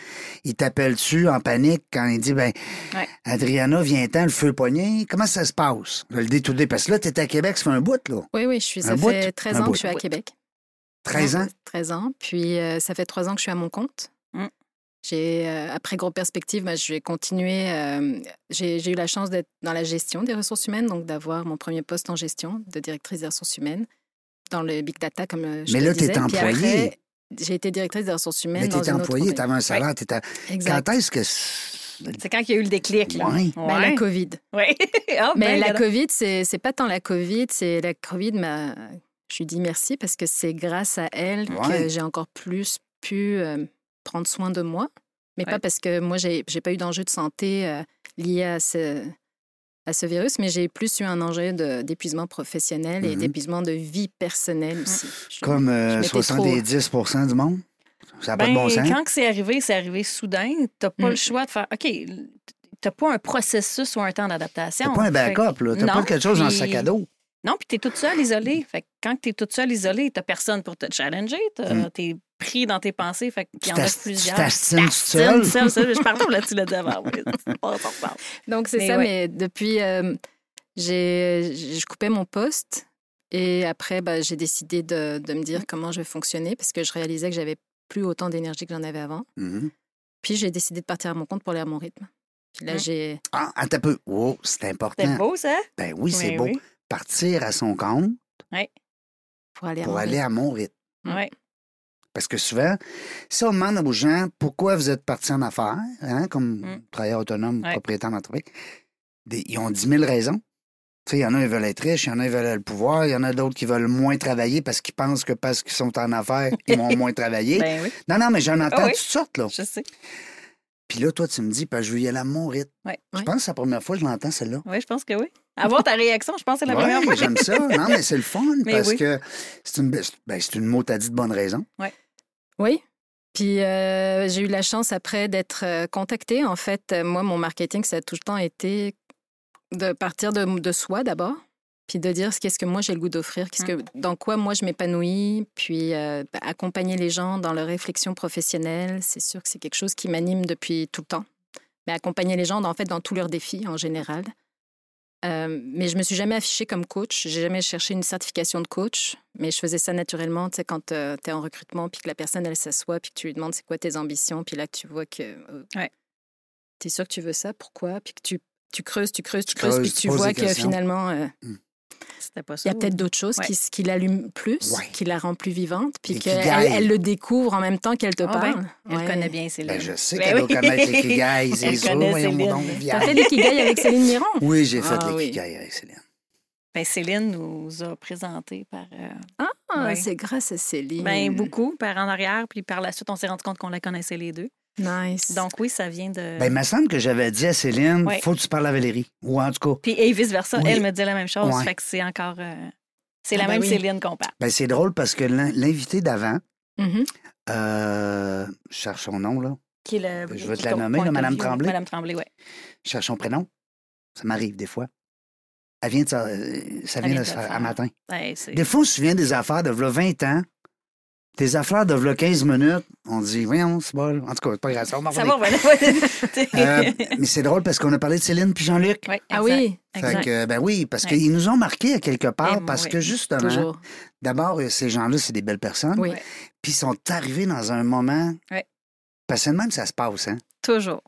Speaker 2: Ils t'appellent-tu en panique quand ils disent, ben,
Speaker 3: Ouais.
Speaker 2: Adriana, viens-t'en, le feu poignet, comment ça se passe? Là, Le D2D, parce que là, t'es à Québec, ça fait un bout, là.
Speaker 4: Oui, oui, je suis, ça
Speaker 2: Un
Speaker 4: fait
Speaker 2: bout,
Speaker 4: 13
Speaker 2: un
Speaker 4: ans
Speaker 2: bout.
Speaker 4: que je suis à
Speaker 3: Bout.
Speaker 4: Québec.
Speaker 2: 13 ans? Mmh.
Speaker 4: 13 ans. Puis euh, ça fait 3 ans que je suis à mon compte.
Speaker 3: Mm.
Speaker 4: J'ai, euh, après Gros Perspective, moi, je vais continuer. euh, j'ai, j'ai eu la chance d'être dans la gestion des ressources humaines, donc d'avoir mon premier poste en gestion de directrice des ressources humaines dans le Big Data, comme euh, je
Speaker 2: Mais
Speaker 4: te
Speaker 2: là,
Speaker 4: disais.
Speaker 2: t'es
Speaker 4: Puis
Speaker 2: employée.
Speaker 4: après, j'ai été directrice des ressources humaines
Speaker 2: Mais
Speaker 4: dans
Speaker 2: t'es
Speaker 4: une
Speaker 2: employé,
Speaker 4: autre compagnie.
Speaker 2: t'avais un salaire, t'étais...
Speaker 4: Exact.
Speaker 2: Quand est-ce que... c'est-
Speaker 3: C'est quand il y a eu le déclic, là.
Speaker 2: Ouais.
Speaker 4: Ben, la COVID.
Speaker 3: (laughs) Ouais. Ah,
Speaker 4: Mais
Speaker 3: ben,
Speaker 4: la
Speaker 3: regarde.
Speaker 4: COVID, c'est c'est pas tant la COVID, c'est la COVID m'a. Je lui dis merci parce que c'est grâce à elle
Speaker 2: Ouais.
Speaker 4: que j'ai encore plus pu euh, prendre soin de moi. Mais
Speaker 3: Ouais.
Speaker 4: pas parce que moi, j'ai j'ai pas eu d'enjeu de santé euh, lié à ce, à ce virus, mais j'ai plus eu un enjeu de- d'épuisement professionnel et
Speaker 2: Mhm.
Speaker 4: d'épuisement de vie personnelle aussi. Je-
Speaker 2: Comme euh,
Speaker 4: je m'étais trop-
Speaker 2: 70 du monde. Ça n'a pas de
Speaker 3: Ben,
Speaker 2: bon sens.
Speaker 3: Quand que c'est arrivé, c'est arrivé soudain. T'as pas
Speaker 4: Mm.
Speaker 3: le choix de faire OK, t'as pas un processus ou un temps d'adaptation.
Speaker 2: T'as pas un
Speaker 3: Fait que-
Speaker 2: backup, là. T'as
Speaker 3: Non,
Speaker 2: pas quelque chose dans le
Speaker 3: puis-
Speaker 2: sac à dos.
Speaker 3: Non, puis t'es toute seule,
Speaker 2: Mm.
Speaker 3: isolée. Fait que quand t'es toute seule, isolée, t'as personne pour te challenger. T'as-
Speaker 2: Mm.
Speaker 3: T'es pris dans tes pensées. Fait qu'il y en a
Speaker 2: t'as- Tu
Speaker 3: plusieurs.
Speaker 2: t'astines toute
Speaker 3: Seule,
Speaker 2: seule. Ah.
Speaker 3: seule, seule. Je parle pas là-dessus le avant.
Speaker 2: (laughs)
Speaker 3: oui. C'est pas important.
Speaker 4: Donc c'est
Speaker 3: Mais
Speaker 4: ça,
Speaker 3: ouais.
Speaker 4: mais depuis, euh, j'ai- je coupais mon poste et après, bah, j'ai décidé de, de me dire comment je fonctionnais parce que je réalisais que j'avais plus autant d'énergie que j'en avais avant.
Speaker 2: Mhm.
Speaker 4: Puis j'ai décidé de partir à mon compte pour aller à mon rythme. Puis là,
Speaker 3: Mm.
Speaker 4: j'ai
Speaker 2: Ah, attends un peu. Oh, c'est
Speaker 3: C'était
Speaker 2: important.
Speaker 3: beau, ça?
Speaker 2: Ben oui, c'est
Speaker 3: Oui,
Speaker 2: beau.
Speaker 3: oui.
Speaker 2: Partir à son compte
Speaker 4: pour
Speaker 3: Ben
Speaker 4: aller à
Speaker 2: pour
Speaker 4: mon
Speaker 2: aller
Speaker 4: rythme.
Speaker 2: à mon rythme.
Speaker 3: Ouais.
Speaker 2: Parce que souvent, si on demande aux gens pourquoi vous êtes partis en affaires, hein, comme
Speaker 3: Mm.
Speaker 2: travailleur autonome,
Speaker 3: Ouais.
Speaker 2: propriétaire d'entreprise, des- ils ont 10 000 raisons. Tu sais, Il y en a qui veulent être riches, il y en a qui veulent le pouvoir, il y en a d'autres qui veulent moins travailler parce qu'ils pensent que parce qu'ils sont en affaires, ils vont
Speaker 3: (laughs)
Speaker 2: moins travailler.
Speaker 3: Ben oui,
Speaker 2: non, non, mais j'en entends
Speaker 3: Ah oui.
Speaker 2: toutes sortes, là.
Speaker 3: je sais.
Speaker 2: Puis là, toi, tu me dis, ben, je veux y aller à mon rythme.
Speaker 3: Ouais.
Speaker 2: Je
Speaker 4: Ouais.
Speaker 2: pense que c'est la première fois que je l'entends, celle-là.
Speaker 3: Oui, je pense que oui. Avoir ta réaction, je pense que c'est la
Speaker 2: Ouais,
Speaker 3: première fois.
Speaker 2: J'aime ça. Non, mais c'est le fun
Speaker 3: (laughs) Mais
Speaker 2: parce
Speaker 3: oui.
Speaker 2: que c'est une, be- ben, c'est une mot, t'as dit de bonne raison.
Speaker 4: Oui. Puis euh, j'ai eu la chance après d'être euh, contactée. En fait, euh, moi, mon marketing, ça a tout le temps été de partir de, de soi d'abord, puis de dire qu'est-ce que moi j'ai le goût d'offrir, qu'est-ce que dans quoi moi je m'épanouis, puis euh, bah, accompagner les gens dans leur réflexion professionnelle. C'est sûr que c'est quelque chose qui m'anime depuis tout le temps. Mais accompagner les gens, dans- en fait, dans tous leurs défis en général. Euh, mais je me suis jamais affichée comme coach. J'ai jamais cherché une certification de coach. Mais je faisais ça naturellement, tu sais, quand euh, tu es en recrutement, puis que la personne, elle s'assoit, puis que tu lui demandes c'est quoi tes ambitions, puis là, que tu vois que.
Speaker 3: Ouais.
Speaker 4: Tu es sûr que tu veux ça, pourquoi Puis que tu, tu creuses, tu creuses, tu
Speaker 2: Tu
Speaker 4: creuses,
Speaker 2: creuses,
Speaker 4: puis que
Speaker 2: tu
Speaker 4: tu
Speaker 2: poses
Speaker 4: vois
Speaker 2: des
Speaker 4: que
Speaker 2: questions.
Speaker 4: finalement, euh,
Speaker 3: C'était pas ça.
Speaker 4: il y a peut-être d'autres choses
Speaker 3: Mmh. Ouais.
Speaker 4: qui, qui l'allument plus,
Speaker 2: Ouais.
Speaker 4: qui la rend plus vivante,
Speaker 2: Et
Speaker 4: puis
Speaker 2: qui
Speaker 4: qu'elle
Speaker 2: gaille.
Speaker 4: elle le découvre en même temps qu'elle te
Speaker 3: Ah ben,
Speaker 4: parle.
Speaker 3: Elle
Speaker 4: Ouais.
Speaker 3: connaît bien Céline.
Speaker 2: Ben, je sais
Speaker 3: Ben
Speaker 2: qu'elle
Speaker 3: oui.
Speaker 2: doit connaître les Kigai, c'est
Speaker 3: Elle
Speaker 2: sûr.
Speaker 3: connaît
Speaker 2: Voyons
Speaker 3: Céline.
Speaker 2: donc,
Speaker 4: T'as
Speaker 2: viens.
Speaker 4: fait des kigai avec Céline
Speaker 3: (laughs)
Speaker 4: Miron
Speaker 2: Oui, j'ai fait
Speaker 4: Ah
Speaker 2: les
Speaker 4: oui.
Speaker 2: Kigai avec Céline.
Speaker 3: Ben, Céline nous a présenté par euh,
Speaker 4: Ah,
Speaker 3: Ouais.
Speaker 4: C'est grâce à Céline.
Speaker 3: ben, beaucoup, par en arrière, puis par la suite, on s'est rendu compte qu'on la connaissait les deux.
Speaker 4: Nice.
Speaker 3: Donc oui, ça vient de.
Speaker 2: Ben, il me semble que j'avais dit à Céline,
Speaker 3: Ouais.
Speaker 2: faut que tu parles à Valérie. Ou en tout cas,
Speaker 3: Puis et vice versa,
Speaker 2: Oui.
Speaker 3: elle me dit la même chose.
Speaker 2: Ouais.
Speaker 3: Fait que c'est encore. euh, c'est
Speaker 4: Ah
Speaker 3: la
Speaker 4: ben
Speaker 3: même
Speaker 4: oui.
Speaker 3: Céline qu'on parle.
Speaker 2: ben, c'est drôle parce que l'in- l'invité d'avant,
Speaker 4: Mhm.
Speaker 2: euh, je cherche son nom, là.
Speaker 3: Qui est le-
Speaker 2: Je vais te
Speaker 3: qui
Speaker 2: la
Speaker 3: qu'on-
Speaker 2: nommer,
Speaker 3: qu'on
Speaker 2: là, Madame
Speaker 3: interviewe.
Speaker 2: Tremblay.
Speaker 3: Madame Tremblay, oui.
Speaker 2: Je cherche son prénom. Ça m'arrive des fois. Elle vient de, sa- euh, ça vient de se faire un matin.
Speaker 3: Ouais, c'est-
Speaker 2: Des fois, on se souvient des affaires de v'là 20 ans, des affaires de v'là 15 minutes. On dit, voyons, c'est bol. En tout cas, c'est pas grave. Ça va,
Speaker 3: Ça
Speaker 2: m'en
Speaker 3: va,
Speaker 2: revenir.
Speaker 3: voilà. (laughs) ouais.
Speaker 2: Euh, mais c'est drôle parce qu'on a parlé de Céline puis Jean-Luc.
Speaker 3: Ouais,
Speaker 4: Ah
Speaker 3: exact,
Speaker 4: oui,
Speaker 2: Fait
Speaker 3: exact.
Speaker 2: que, ben oui, parce
Speaker 3: Ouais.
Speaker 2: qu'ils nous ont marqués à quelque part
Speaker 3: Et
Speaker 2: parce
Speaker 3: oui.
Speaker 2: que justement,
Speaker 4: toujours.
Speaker 2: d'abord, euh, ces gens-là, c'est des belles personnes.
Speaker 4: Oui.
Speaker 3: Ouais.
Speaker 2: Puis ils sont arrivés dans un moment.
Speaker 3: Ouais.
Speaker 2: Parce que c'est de même que ça se passe, hein.
Speaker 3: Toujours.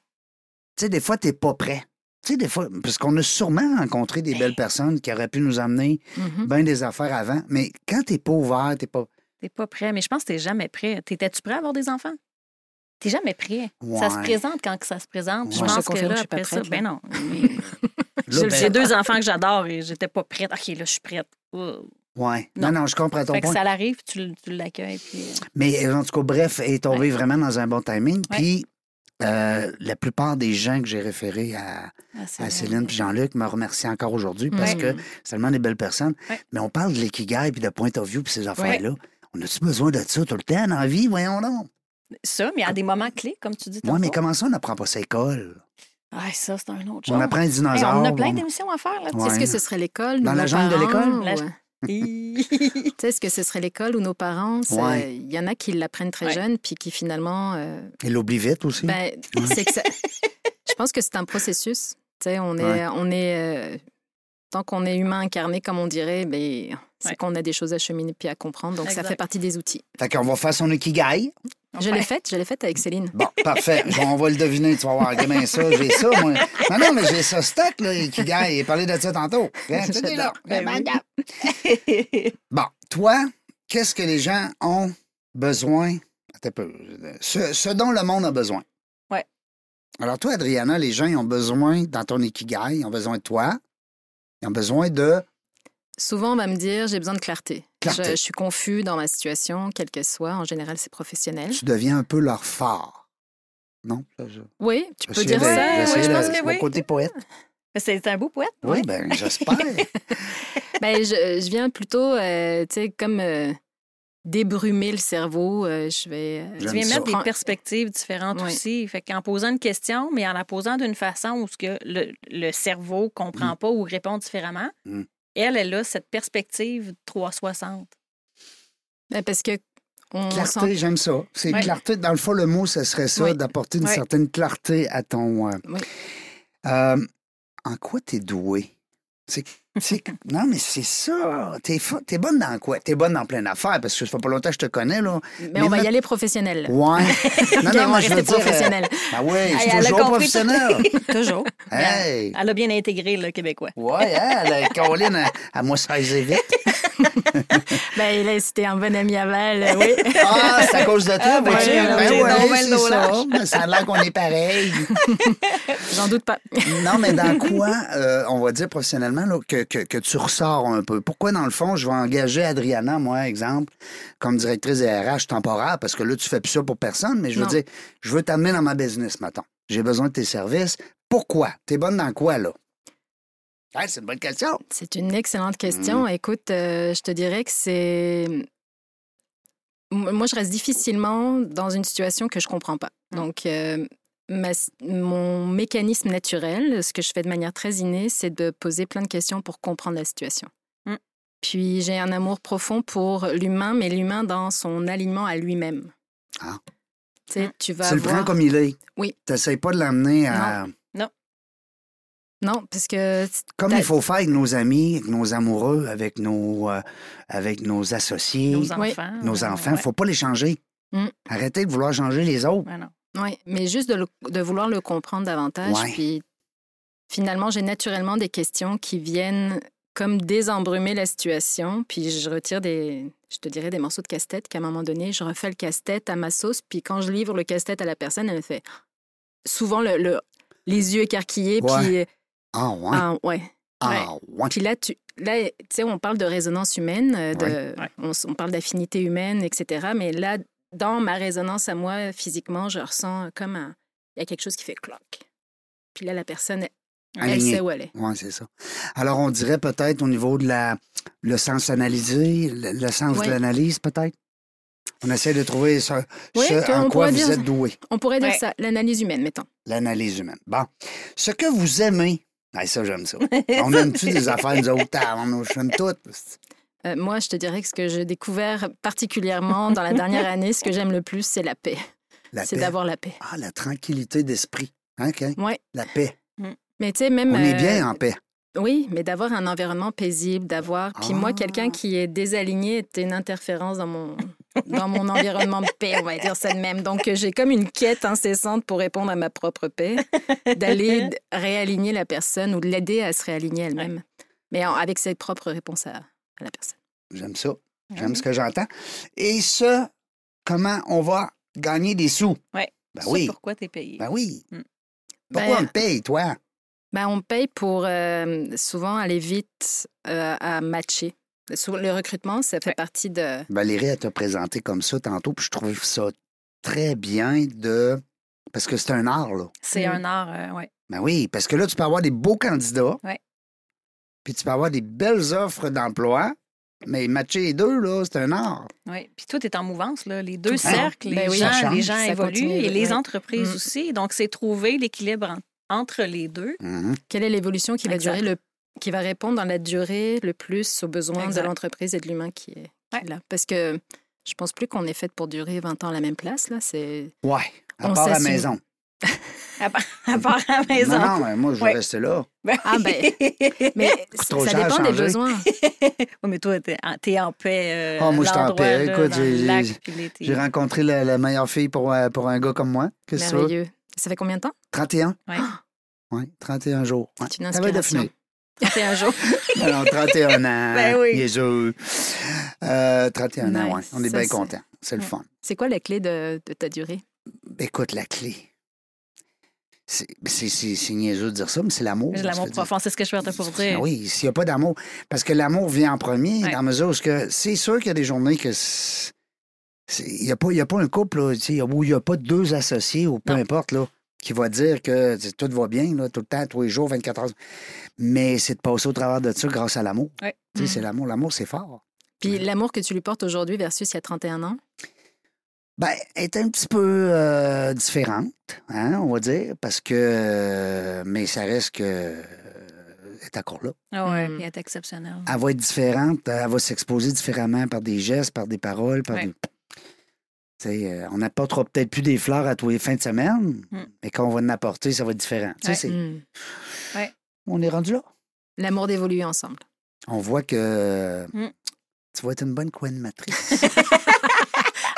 Speaker 2: Tu sais, des fois, t'es pas prêt. Tu sais, des fois, parce qu'on a sûrement rencontré des
Speaker 3: Ben. Mm-hmm.
Speaker 2: belles personnes qui auraient pu nous amener
Speaker 4: Mhm.
Speaker 2: bien des affaires avant. Mais quand t'es pas ouvert, t'es pas.
Speaker 3: T'es pas prêt, mais je pense que t'es jamais prêt. T'étais-tu prêt à avoir des enfants? T'es jamais prêt. Ça se
Speaker 2: Ouais.
Speaker 3: présente quand que ça se présente. Je
Speaker 2: Ouais.
Speaker 4: Je
Speaker 3: pense que
Speaker 4: te confirme,
Speaker 3: là,
Speaker 4: je suis pas
Speaker 3: après ça,
Speaker 4: prête, là.
Speaker 3: ben non. (laughs)
Speaker 2: Là,
Speaker 4: Je le
Speaker 2: ben,
Speaker 3: J'ai deux enfants que j'adore et j'étais pas prête. OK, là, je suis prête. Ouh.
Speaker 2: Ouais. Non. non, je comprends ton
Speaker 3: Fait que
Speaker 2: point.
Speaker 3: ça l'arrive, puis tu, l- tu l'accueilles. Puis... euh,
Speaker 2: Mais euh, en tout cas, bref, est tombé vraiment dans un bon timing.
Speaker 3: Ouais.
Speaker 2: Puis euh, la plupart des gens que j'ai référés à,
Speaker 3: ah,
Speaker 2: à
Speaker 3: c'est-
Speaker 2: Céline et Jean-Luc me remercient encore aujourd'hui parce
Speaker 4: Ouais.
Speaker 2: que c'est tellement des belles personnes.
Speaker 3: Ouais.
Speaker 2: Mais on parle de l'ikigai puis de point of view puis ces affaires-là. On a-tu besoin de ça tout le temps dans la vie? Voyons donc.
Speaker 3: Ça, mais à des moments clés, comme tu dis.
Speaker 2: Moi, mais
Speaker 3: tantôt.
Speaker 2: comment ça, on n'apprend pas ça à l'école?
Speaker 3: Ah, ça, c'est un autre
Speaker 2: On
Speaker 3: genre.
Speaker 2: apprend les
Speaker 3: Hey,
Speaker 2: dinosaures.
Speaker 3: on a plein
Speaker 2: on-
Speaker 3: d'émissions à faire là-dessus.
Speaker 4: Est-ce
Speaker 2: Ouais.
Speaker 4: que ce serait l'école
Speaker 2: Dans
Speaker 4: ou
Speaker 2: la
Speaker 4: nos
Speaker 2: jungle de
Speaker 4: parents,
Speaker 2: l'école?
Speaker 4: ou,
Speaker 3: La-
Speaker 4: euh, Tu sais, Est-ce que ce serait l'école ou nos parents c'est- Il
Speaker 2: Ouais.
Speaker 4: y en a qui l'apprennent très
Speaker 3: Ouais.
Speaker 4: jeune, puis qui finalement. euh,
Speaker 2: Ils l'oublient vite aussi.
Speaker 4: ben, c'est que ça- (laughs) Je pense que c'est un processus. Tu sais, on est,
Speaker 2: Ouais.
Speaker 4: on est, euh, tant qu'on est humain incarné, comme on dirait, ben, c'est
Speaker 3: Ouais.
Speaker 4: qu'on a des choses à cheminer puis à comprendre. Donc ça
Speaker 3: Exact.
Speaker 4: fait partie des outils.
Speaker 2: Fait qu'on va faire son ikigai.
Speaker 4: Je l'ai faite, je l'ai faite avec Céline.
Speaker 2: Bon, parfait.
Speaker 3: (laughs)
Speaker 2: Bon, on va le deviner. Tu vas voir, gamin, ça, j'ai ça, moi. Non, non, mais j'ai ça stock, là, Ikigai. Il parlait de ça
Speaker 3: (laughs)
Speaker 2: tantôt. Hein, tout est là.
Speaker 3: Ben oui. fait.
Speaker 2: Bon, toi, qu'est-ce que les gens ont besoin? Attends un peu. Ce, ce dont le monde a besoin.
Speaker 3: Ouais.
Speaker 2: Alors, toi, Adriana, les gens, ils ont besoin, dans ton Ikigai, ils ont besoin de toi. Ils ont besoin de.
Speaker 4: Souvent, on va me dire j'ai besoin de clarté.
Speaker 2: Clarté.
Speaker 4: Je, je suis confus dans ma situation, quelle qu'elle soit. En général, c'est professionnel.
Speaker 2: Tu deviens un peu leur phare. Non? Ça, je-
Speaker 4: Oui, tu peux
Speaker 2: j'essayais
Speaker 4: dire
Speaker 2: de-
Speaker 4: ça.
Speaker 3: oui,
Speaker 2: j'essayais
Speaker 3: je
Speaker 2: de-
Speaker 3: pense que
Speaker 2: c'est mon
Speaker 3: oui.
Speaker 2: côté poète.
Speaker 3: (laughs) Mais c'est un beau poète.
Speaker 2: Oui, ben j'espère.
Speaker 3: (laughs)
Speaker 4: Ben, je, je viens plutôt, euh, tu sais, comme euh, débrumer le cerveau. euh, je vais. euh,
Speaker 2: J'aime
Speaker 3: Tu viens
Speaker 2: ça.
Speaker 3: mettre des
Speaker 4: Prends-
Speaker 3: perspectives différentes
Speaker 4: Oui.
Speaker 3: aussi. Fait qu'en posant une question, mais en la posant d'une façon où ce que le, le cerveau comprend pas ou répond différemment,
Speaker 2: Mm.
Speaker 3: elle, elle a cette perspective 360.
Speaker 4: ben, parce que on
Speaker 2: Clarté,
Speaker 4: sent-
Speaker 2: j'aime ça. C'est
Speaker 3: Ouais.
Speaker 2: clarté. Dans le fond, le mot, ce serait ça,
Speaker 4: Oui.
Speaker 2: d'apporter une
Speaker 4: Oui.
Speaker 2: certaine clarté à ton. euh,
Speaker 4: Oui.
Speaker 2: Euh, en quoi t'es doué? C'est- c'est- non, mais c'est ça. T'es, fa- t'es bonne dans quoi? T'es bonne dans plein d'affaires, parce que ça fait pas longtemps que je te connais, là.
Speaker 4: mais,
Speaker 2: mais
Speaker 4: on va
Speaker 2: mettre-
Speaker 4: y aller professionnel.
Speaker 2: Ouais. Non,
Speaker 4: Ok, on va
Speaker 2: moi, je
Speaker 4: rester
Speaker 2: veux dire. euh,
Speaker 4: professionnel.
Speaker 2: Ah ouais, je suis
Speaker 3: Hey, elle a
Speaker 2: toujours
Speaker 3: compris tout.
Speaker 2: professionnel.
Speaker 3: Toujours.
Speaker 2: Hey!
Speaker 3: Elle a bien intégré le Québécois.
Speaker 2: Ouais, hein, la Caroline, à, moi, ça aisait vite.
Speaker 4: Ben, là, c'était un bon ami à Val, euh,
Speaker 2: (laughs)
Speaker 4: oui.
Speaker 2: Ah, c'est à cause de toi, ben,
Speaker 4: ouais,
Speaker 2: tu-
Speaker 4: ouais,
Speaker 2: ben
Speaker 4: j'ai
Speaker 2: ouais,
Speaker 3: donc ben
Speaker 2: c'est
Speaker 3: nos
Speaker 2: ça.
Speaker 3: lâches.
Speaker 2: Ben, Ça a l'air qu'on est pareil.
Speaker 4: J'en doute pas.
Speaker 2: Non, mais
Speaker 4: (laughs)
Speaker 2: dans quoi, euh, on va dire professionnellement, là, que, que- que tu ressors un peu? Pourquoi, dans le fond, je vais engager Adriana, moi, exemple, comme directrice des RH temporaire, parce que là, tu fais plus ça pour personne, mais je veux
Speaker 4: Non.
Speaker 2: dire, je veux t'amener dans ma business, maintenant. J'ai besoin de tes services. Pourquoi? T'es bonne dans quoi, là? Ah, c'est une bonne question.
Speaker 4: C'est une excellente
Speaker 2: Mmh.
Speaker 4: question. Écoute, euh, je te dirais que c'est. M- Moi, je reste difficilement dans une situation que je comprends pas.
Speaker 2: Mmh.
Speaker 3: Mm.
Speaker 4: Donc, euh, ma- mon mécanisme naturel, ce que je fais de manière très innée, c'est de poser plein de questions pour comprendre la situation.
Speaker 2: Mmh.
Speaker 3: Mm.
Speaker 4: Puis, j'ai un amour profond pour l'humain, mais l'humain dans son alignement à lui-même.
Speaker 2: Ah.
Speaker 4: Tu sais,
Speaker 3: Mm.
Speaker 4: tu vas
Speaker 2: tu le
Speaker 4: avoir-
Speaker 2: prends comme il est.
Speaker 4: Oui.
Speaker 2: T'essayes pas de l'amener à.
Speaker 4: Non, parce que
Speaker 2: Comme
Speaker 4: T'as-
Speaker 2: il faut faire avec nos amis, avec nos amoureux, avec nos, euh, avec nos associés,
Speaker 3: Nos
Speaker 2: nos,
Speaker 3: enfants.
Speaker 4: Oui.
Speaker 3: euh,
Speaker 2: enfants,
Speaker 3: ouais.
Speaker 2: faut pas les changer.
Speaker 4: Ah, Mm.
Speaker 2: Arrêtez de vouloir changer les autres.
Speaker 3: Ouais, non.
Speaker 4: Oui, mais juste de, le- de vouloir le comprendre davantage.
Speaker 2: Ouais.
Speaker 4: Puis finalement, j'ai naturellement des questions qui viennent comme désembrumer la situation. Puis je retire des, je te dirais, des morceaux de casse-tête qu'à un moment donné, je refais le casse-tête à ma sauce. Puis quand je livre le casse-tête à la personne, elle me fait souvent le, le- les yeux écarquillés. Puis,
Speaker 2: Ouais. Ah ouais,
Speaker 4: Ah, ouais.
Speaker 2: ah ouais.
Speaker 4: Puis là, tu là, tu sais, on parle de résonance humaine, euh, de,
Speaker 3: Ouais.
Speaker 4: On, s- on parle d'affinité humaine, etc. Mais là, dans ma résonance à moi, physiquement, je ressens comme un... Il y a quelque chose qui fait cloc. Puis là, la personne, elle, elle
Speaker 2: Aligné.
Speaker 4: sait où elle est.
Speaker 2: Ouais, c'est ça. Alors, on dirait peut-être au niveau de la, le sens analysé, le, le sens
Speaker 4: Ouais.
Speaker 2: de l'analyse, peut-être. On essaie de trouver ce,
Speaker 4: Ouais,
Speaker 2: ce
Speaker 4: qu'on
Speaker 2: en quoi
Speaker 4: pourrait
Speaker 2: vous
Speaker 4: dire-
Speaker 2: êtes doué,
Speaker 4: On pourrait dire
Speaker 3: Ouais.
Speaker 4: ça, l'analyse humaine, mettons.
Speaker 2: l'analyse humaine. Bon, ce que vous aimez. Ah, ça, j'aime
Speaker 4: (laughs)
Speaker 2: ça. On aime-tu des affaires, nous autres? Ah, On aime toutes.
Speaker 4: Euh, moi, je te dirais que ce que j'ai découvert particulièrement dans la
Speaker 2: (laughs)
Speaker 4: dernière année, ce que j'aime le plus, c'est la paix.
Speaker 2: La
Speaker 4: C'est
Speaker 2: paix.
Speaker 4: d'avoir la paix.
Speaker 2: Ah, la tranquillité d'esprit. Hein, OK?
Speaker 4: Ouais.
Speaker 2: La paix.
Speaker 4: Mais tu sais, même...
Speaker 2: On est
Speaker 4: euh,
Speaker 2: bien en paix.
Speaker 4: Oui, mais d'avoir un environnement paisible, d'avoir. Puis
Speaker 2: Ah.
Speaker 4: moi, quelqu'un qui est désaligné est une interférence dans mon, dans mon environnement de paix, on va dire ça de même. Donc euh, j'ai comme une quête incessante pour répondre à ma propre paix, d'aller d- réaligner la personne ou de l'aider à se réaligner elle-même, mais en- avec ses propres réponses à, à la personne.
Speaker 2: J'aime ça. J'aime
Speaker 3: Mm-hmm.
Speaker 2: ce que j'entends. Et ce, comment on va gagner des sous?
Speaker 3: Ouais.
Speaker 2: Ben
Speaker 3: C'est
Speaker 2: oui.
Speaker 3: pourquoi t'es payé.
Speaker 2: Ben oui.
Speaker 3: Mm.
Speaker 2: Pourquoi
Speaker 4: Ben-
Speaker 2: on te paye, toi?
Speaker 4: Ben, on paye pour euh, souvent aller vite euh, à matcher. Souvent, Le recrutement, ça fait
Speaker 3: Ouais.
Speaker 4: partie de.
Speaker 2: Valérie, elle t'a présenté comme ça tantôt, puis je trouve ça très bien de. Parce que c'est un art, là.
Speaker 3: C'est
Speaker 4: Mm.
Speaker 3: un art, euh, ouais.
Speaker 2: Ben oui, parce que là, tu peux avoir des beaux candidats.
Speaker 3: Ouais.
Speaker 2: Puis tu peux avoir des belles offres d'emploi. Mais matcher les deux, là, c'est un art.
Speaker 3: Oui, puis tout est en mouvance, là. les deux
Speaker 2: le temps.
Speaker 3: cercles, les,
Speaker 4: Ben oui.
Speaker 3: gens,
Speaker 2: Ça change.
Speaker 3: les gens
Speaker 4: Ça
Speaker 3: évoluent
Speaker 4: continue,
Speaker 3: et
Speaker 4: oui.
Speaker 3: les
Speaker 4: Ouais.
Speaker 3: entreprises
Speaker 4: Mm.
Speaker 3: aussi. Donc, c'est trouver l'équilibre en- entre les deux. (laughs)
Speaker 2: Mhm.
Speaker 4: Quelle est l'évolution qui va
Speaker 3: Exact.
Speaker 4: durer le qui va répondre dans la durée le plus aux besoins
Speaker 3: Exact.
Speaker 4: de l'entreprise et de l'humain qui est, qui est
Speaker 3: Ouais.
Speaker 4: là Parce que je pense plus qu'on est fait pour durer 20 ans à la même place là. C'est
Speaker 2: Ouais. À
Speaker 4: On
Speaker 2: part à la
Speaker 4: s'assume.
Speaker 2: maison.
Speaker 3: À part, à part à la maison.
Speaker 2: Non, non, mais moi, je vais
Speaker 3: Ouais.
Speaker 2: rester là.
Speaker 3: Ben
Speaker 4: Ah,
Speaker 3: oui. (laughs)
Speaker 4: mais
Speaker 2: trop
Speaker 4: ça
Speaker 2: cher à
Speaker 4: dépend des
Speaker 2: changer.
Speaker 4: besoins.
Speaker 3: Oui, mais toi, t'es en, t'es en paix. euh,
Speaker 2: Ah, moi, je suis en
Speaker 3: l'endroit,
Speaker 2: paix.
Speaker 3: là,
Speaker 2: Écoute,
Speaker 3: dans le
Speaker 2: j'ai-
Speaker 3: lac,
Speaker 2: j'ai-
Speaker 3: puis l'été.
Speaker 2: J'ai rencontré la, la meilleure fille pour, euh, pour un gars comme moi. Qu'est-ce que (laughs) c'est?
Speaker 4: Merveilleux. Ça fait combien de temps
Speaker 2: 31? (gasps)
Speaker 3: Ouais.
Speaker 2: Oui, 31 jours. Ouais.
Speaker 4: C'est une
Speaker 2: Ça va être
Speaker 4: inspiration.
Speaker 2: fini. (laughs)
Speaker 4: 31 jours.
Speaker 2: Alors,
Speaker 4: (laughs)
Speaker 2: 31 ans.
Speaker 3: Ben oui.
Speaker 2: les yeux. Euh, 31 ans, oui.
Speaker 4: Nice.
Speaker 2: On est
Speaker 4: Ça,
Speaker 2: bien
Speaker 4: c'est-
Speaker 2: contents. C'est le
Speaker 4: Ouais.
Speaker 2: fun. Ben,
Speaker 4: C'est quoi la clé de, de ta durée
Speaker 2: Écoute, la clé. C'est ben, c'est- c'est- c'est niaiseux de dire ça, mais c'est l'amour.
Speaker 3: J'ai
Speaker 2: ça
Speaker 3: l'amour
Speaker 2: veut dire.
Speaker 3: profond, c'est ce que je partais pour
Speaker 2: Ah
Speaker 3: dire.
Speaker 2: Oui, s'il n'y a pas d'amour. Parce que l'amour vient en premier,
Speaker 3: Ouais.
Speaker 2: dans la mesure où ce que c'est sûr qu'il y a des journées que. c'est- c'est- Il n'y a, pas- il y a pas un couple là, tu sais, où il n'y a pas deux associés ou peu
Speaker 3: Non.
Speaker 2: importe. là. qui va dire que tu sais, tout va bien, là, tout le temps, tous les jours, 24 heures. Mais c'est de passer au travers de ça grâce à l'amour.
Speaker 3: Ouais.
Speaker 2: Tu sais, C'est l'amour. L'amour, c'est fort.
Speaker 4: Puis l'amour que tu lui portes aujourd'hui versus il y a 31 ans.
Speaker 2: Ben, elle est un petit peu euh, différente, hein, on va dire, parce que. euh, mais ça reste que. euh, elle est encore là.
Speaker 3: Ah ouais,
Speaker 4: Mm.
Speaker 3: il est exceptionnel.
Speaker 2: Elle va être différente, elle va s'exposer différemment par des gestes, par des paroles, par
Speaker 3: Ouais.
Speaker 2: des. Tu sais, euh, on n'apportera peut-être plus des fleurs à tous les fins de semaine,
Speaker 3: Mm.
Speaker 2: mais quand on va en apporter, ça va être différent. Tu sais,
Speaker 3: Ouais.
Speaker 2: c'est-
Speaker 4: Mm.
Speaker 2: Mm. On est rendu là.
Speaker 4: L'amour d'évoluer ensemble.
Speaker 2: On voit que
Speaker 3: Mm.
Speaker 2: tu vas être une bonne co-animatrice.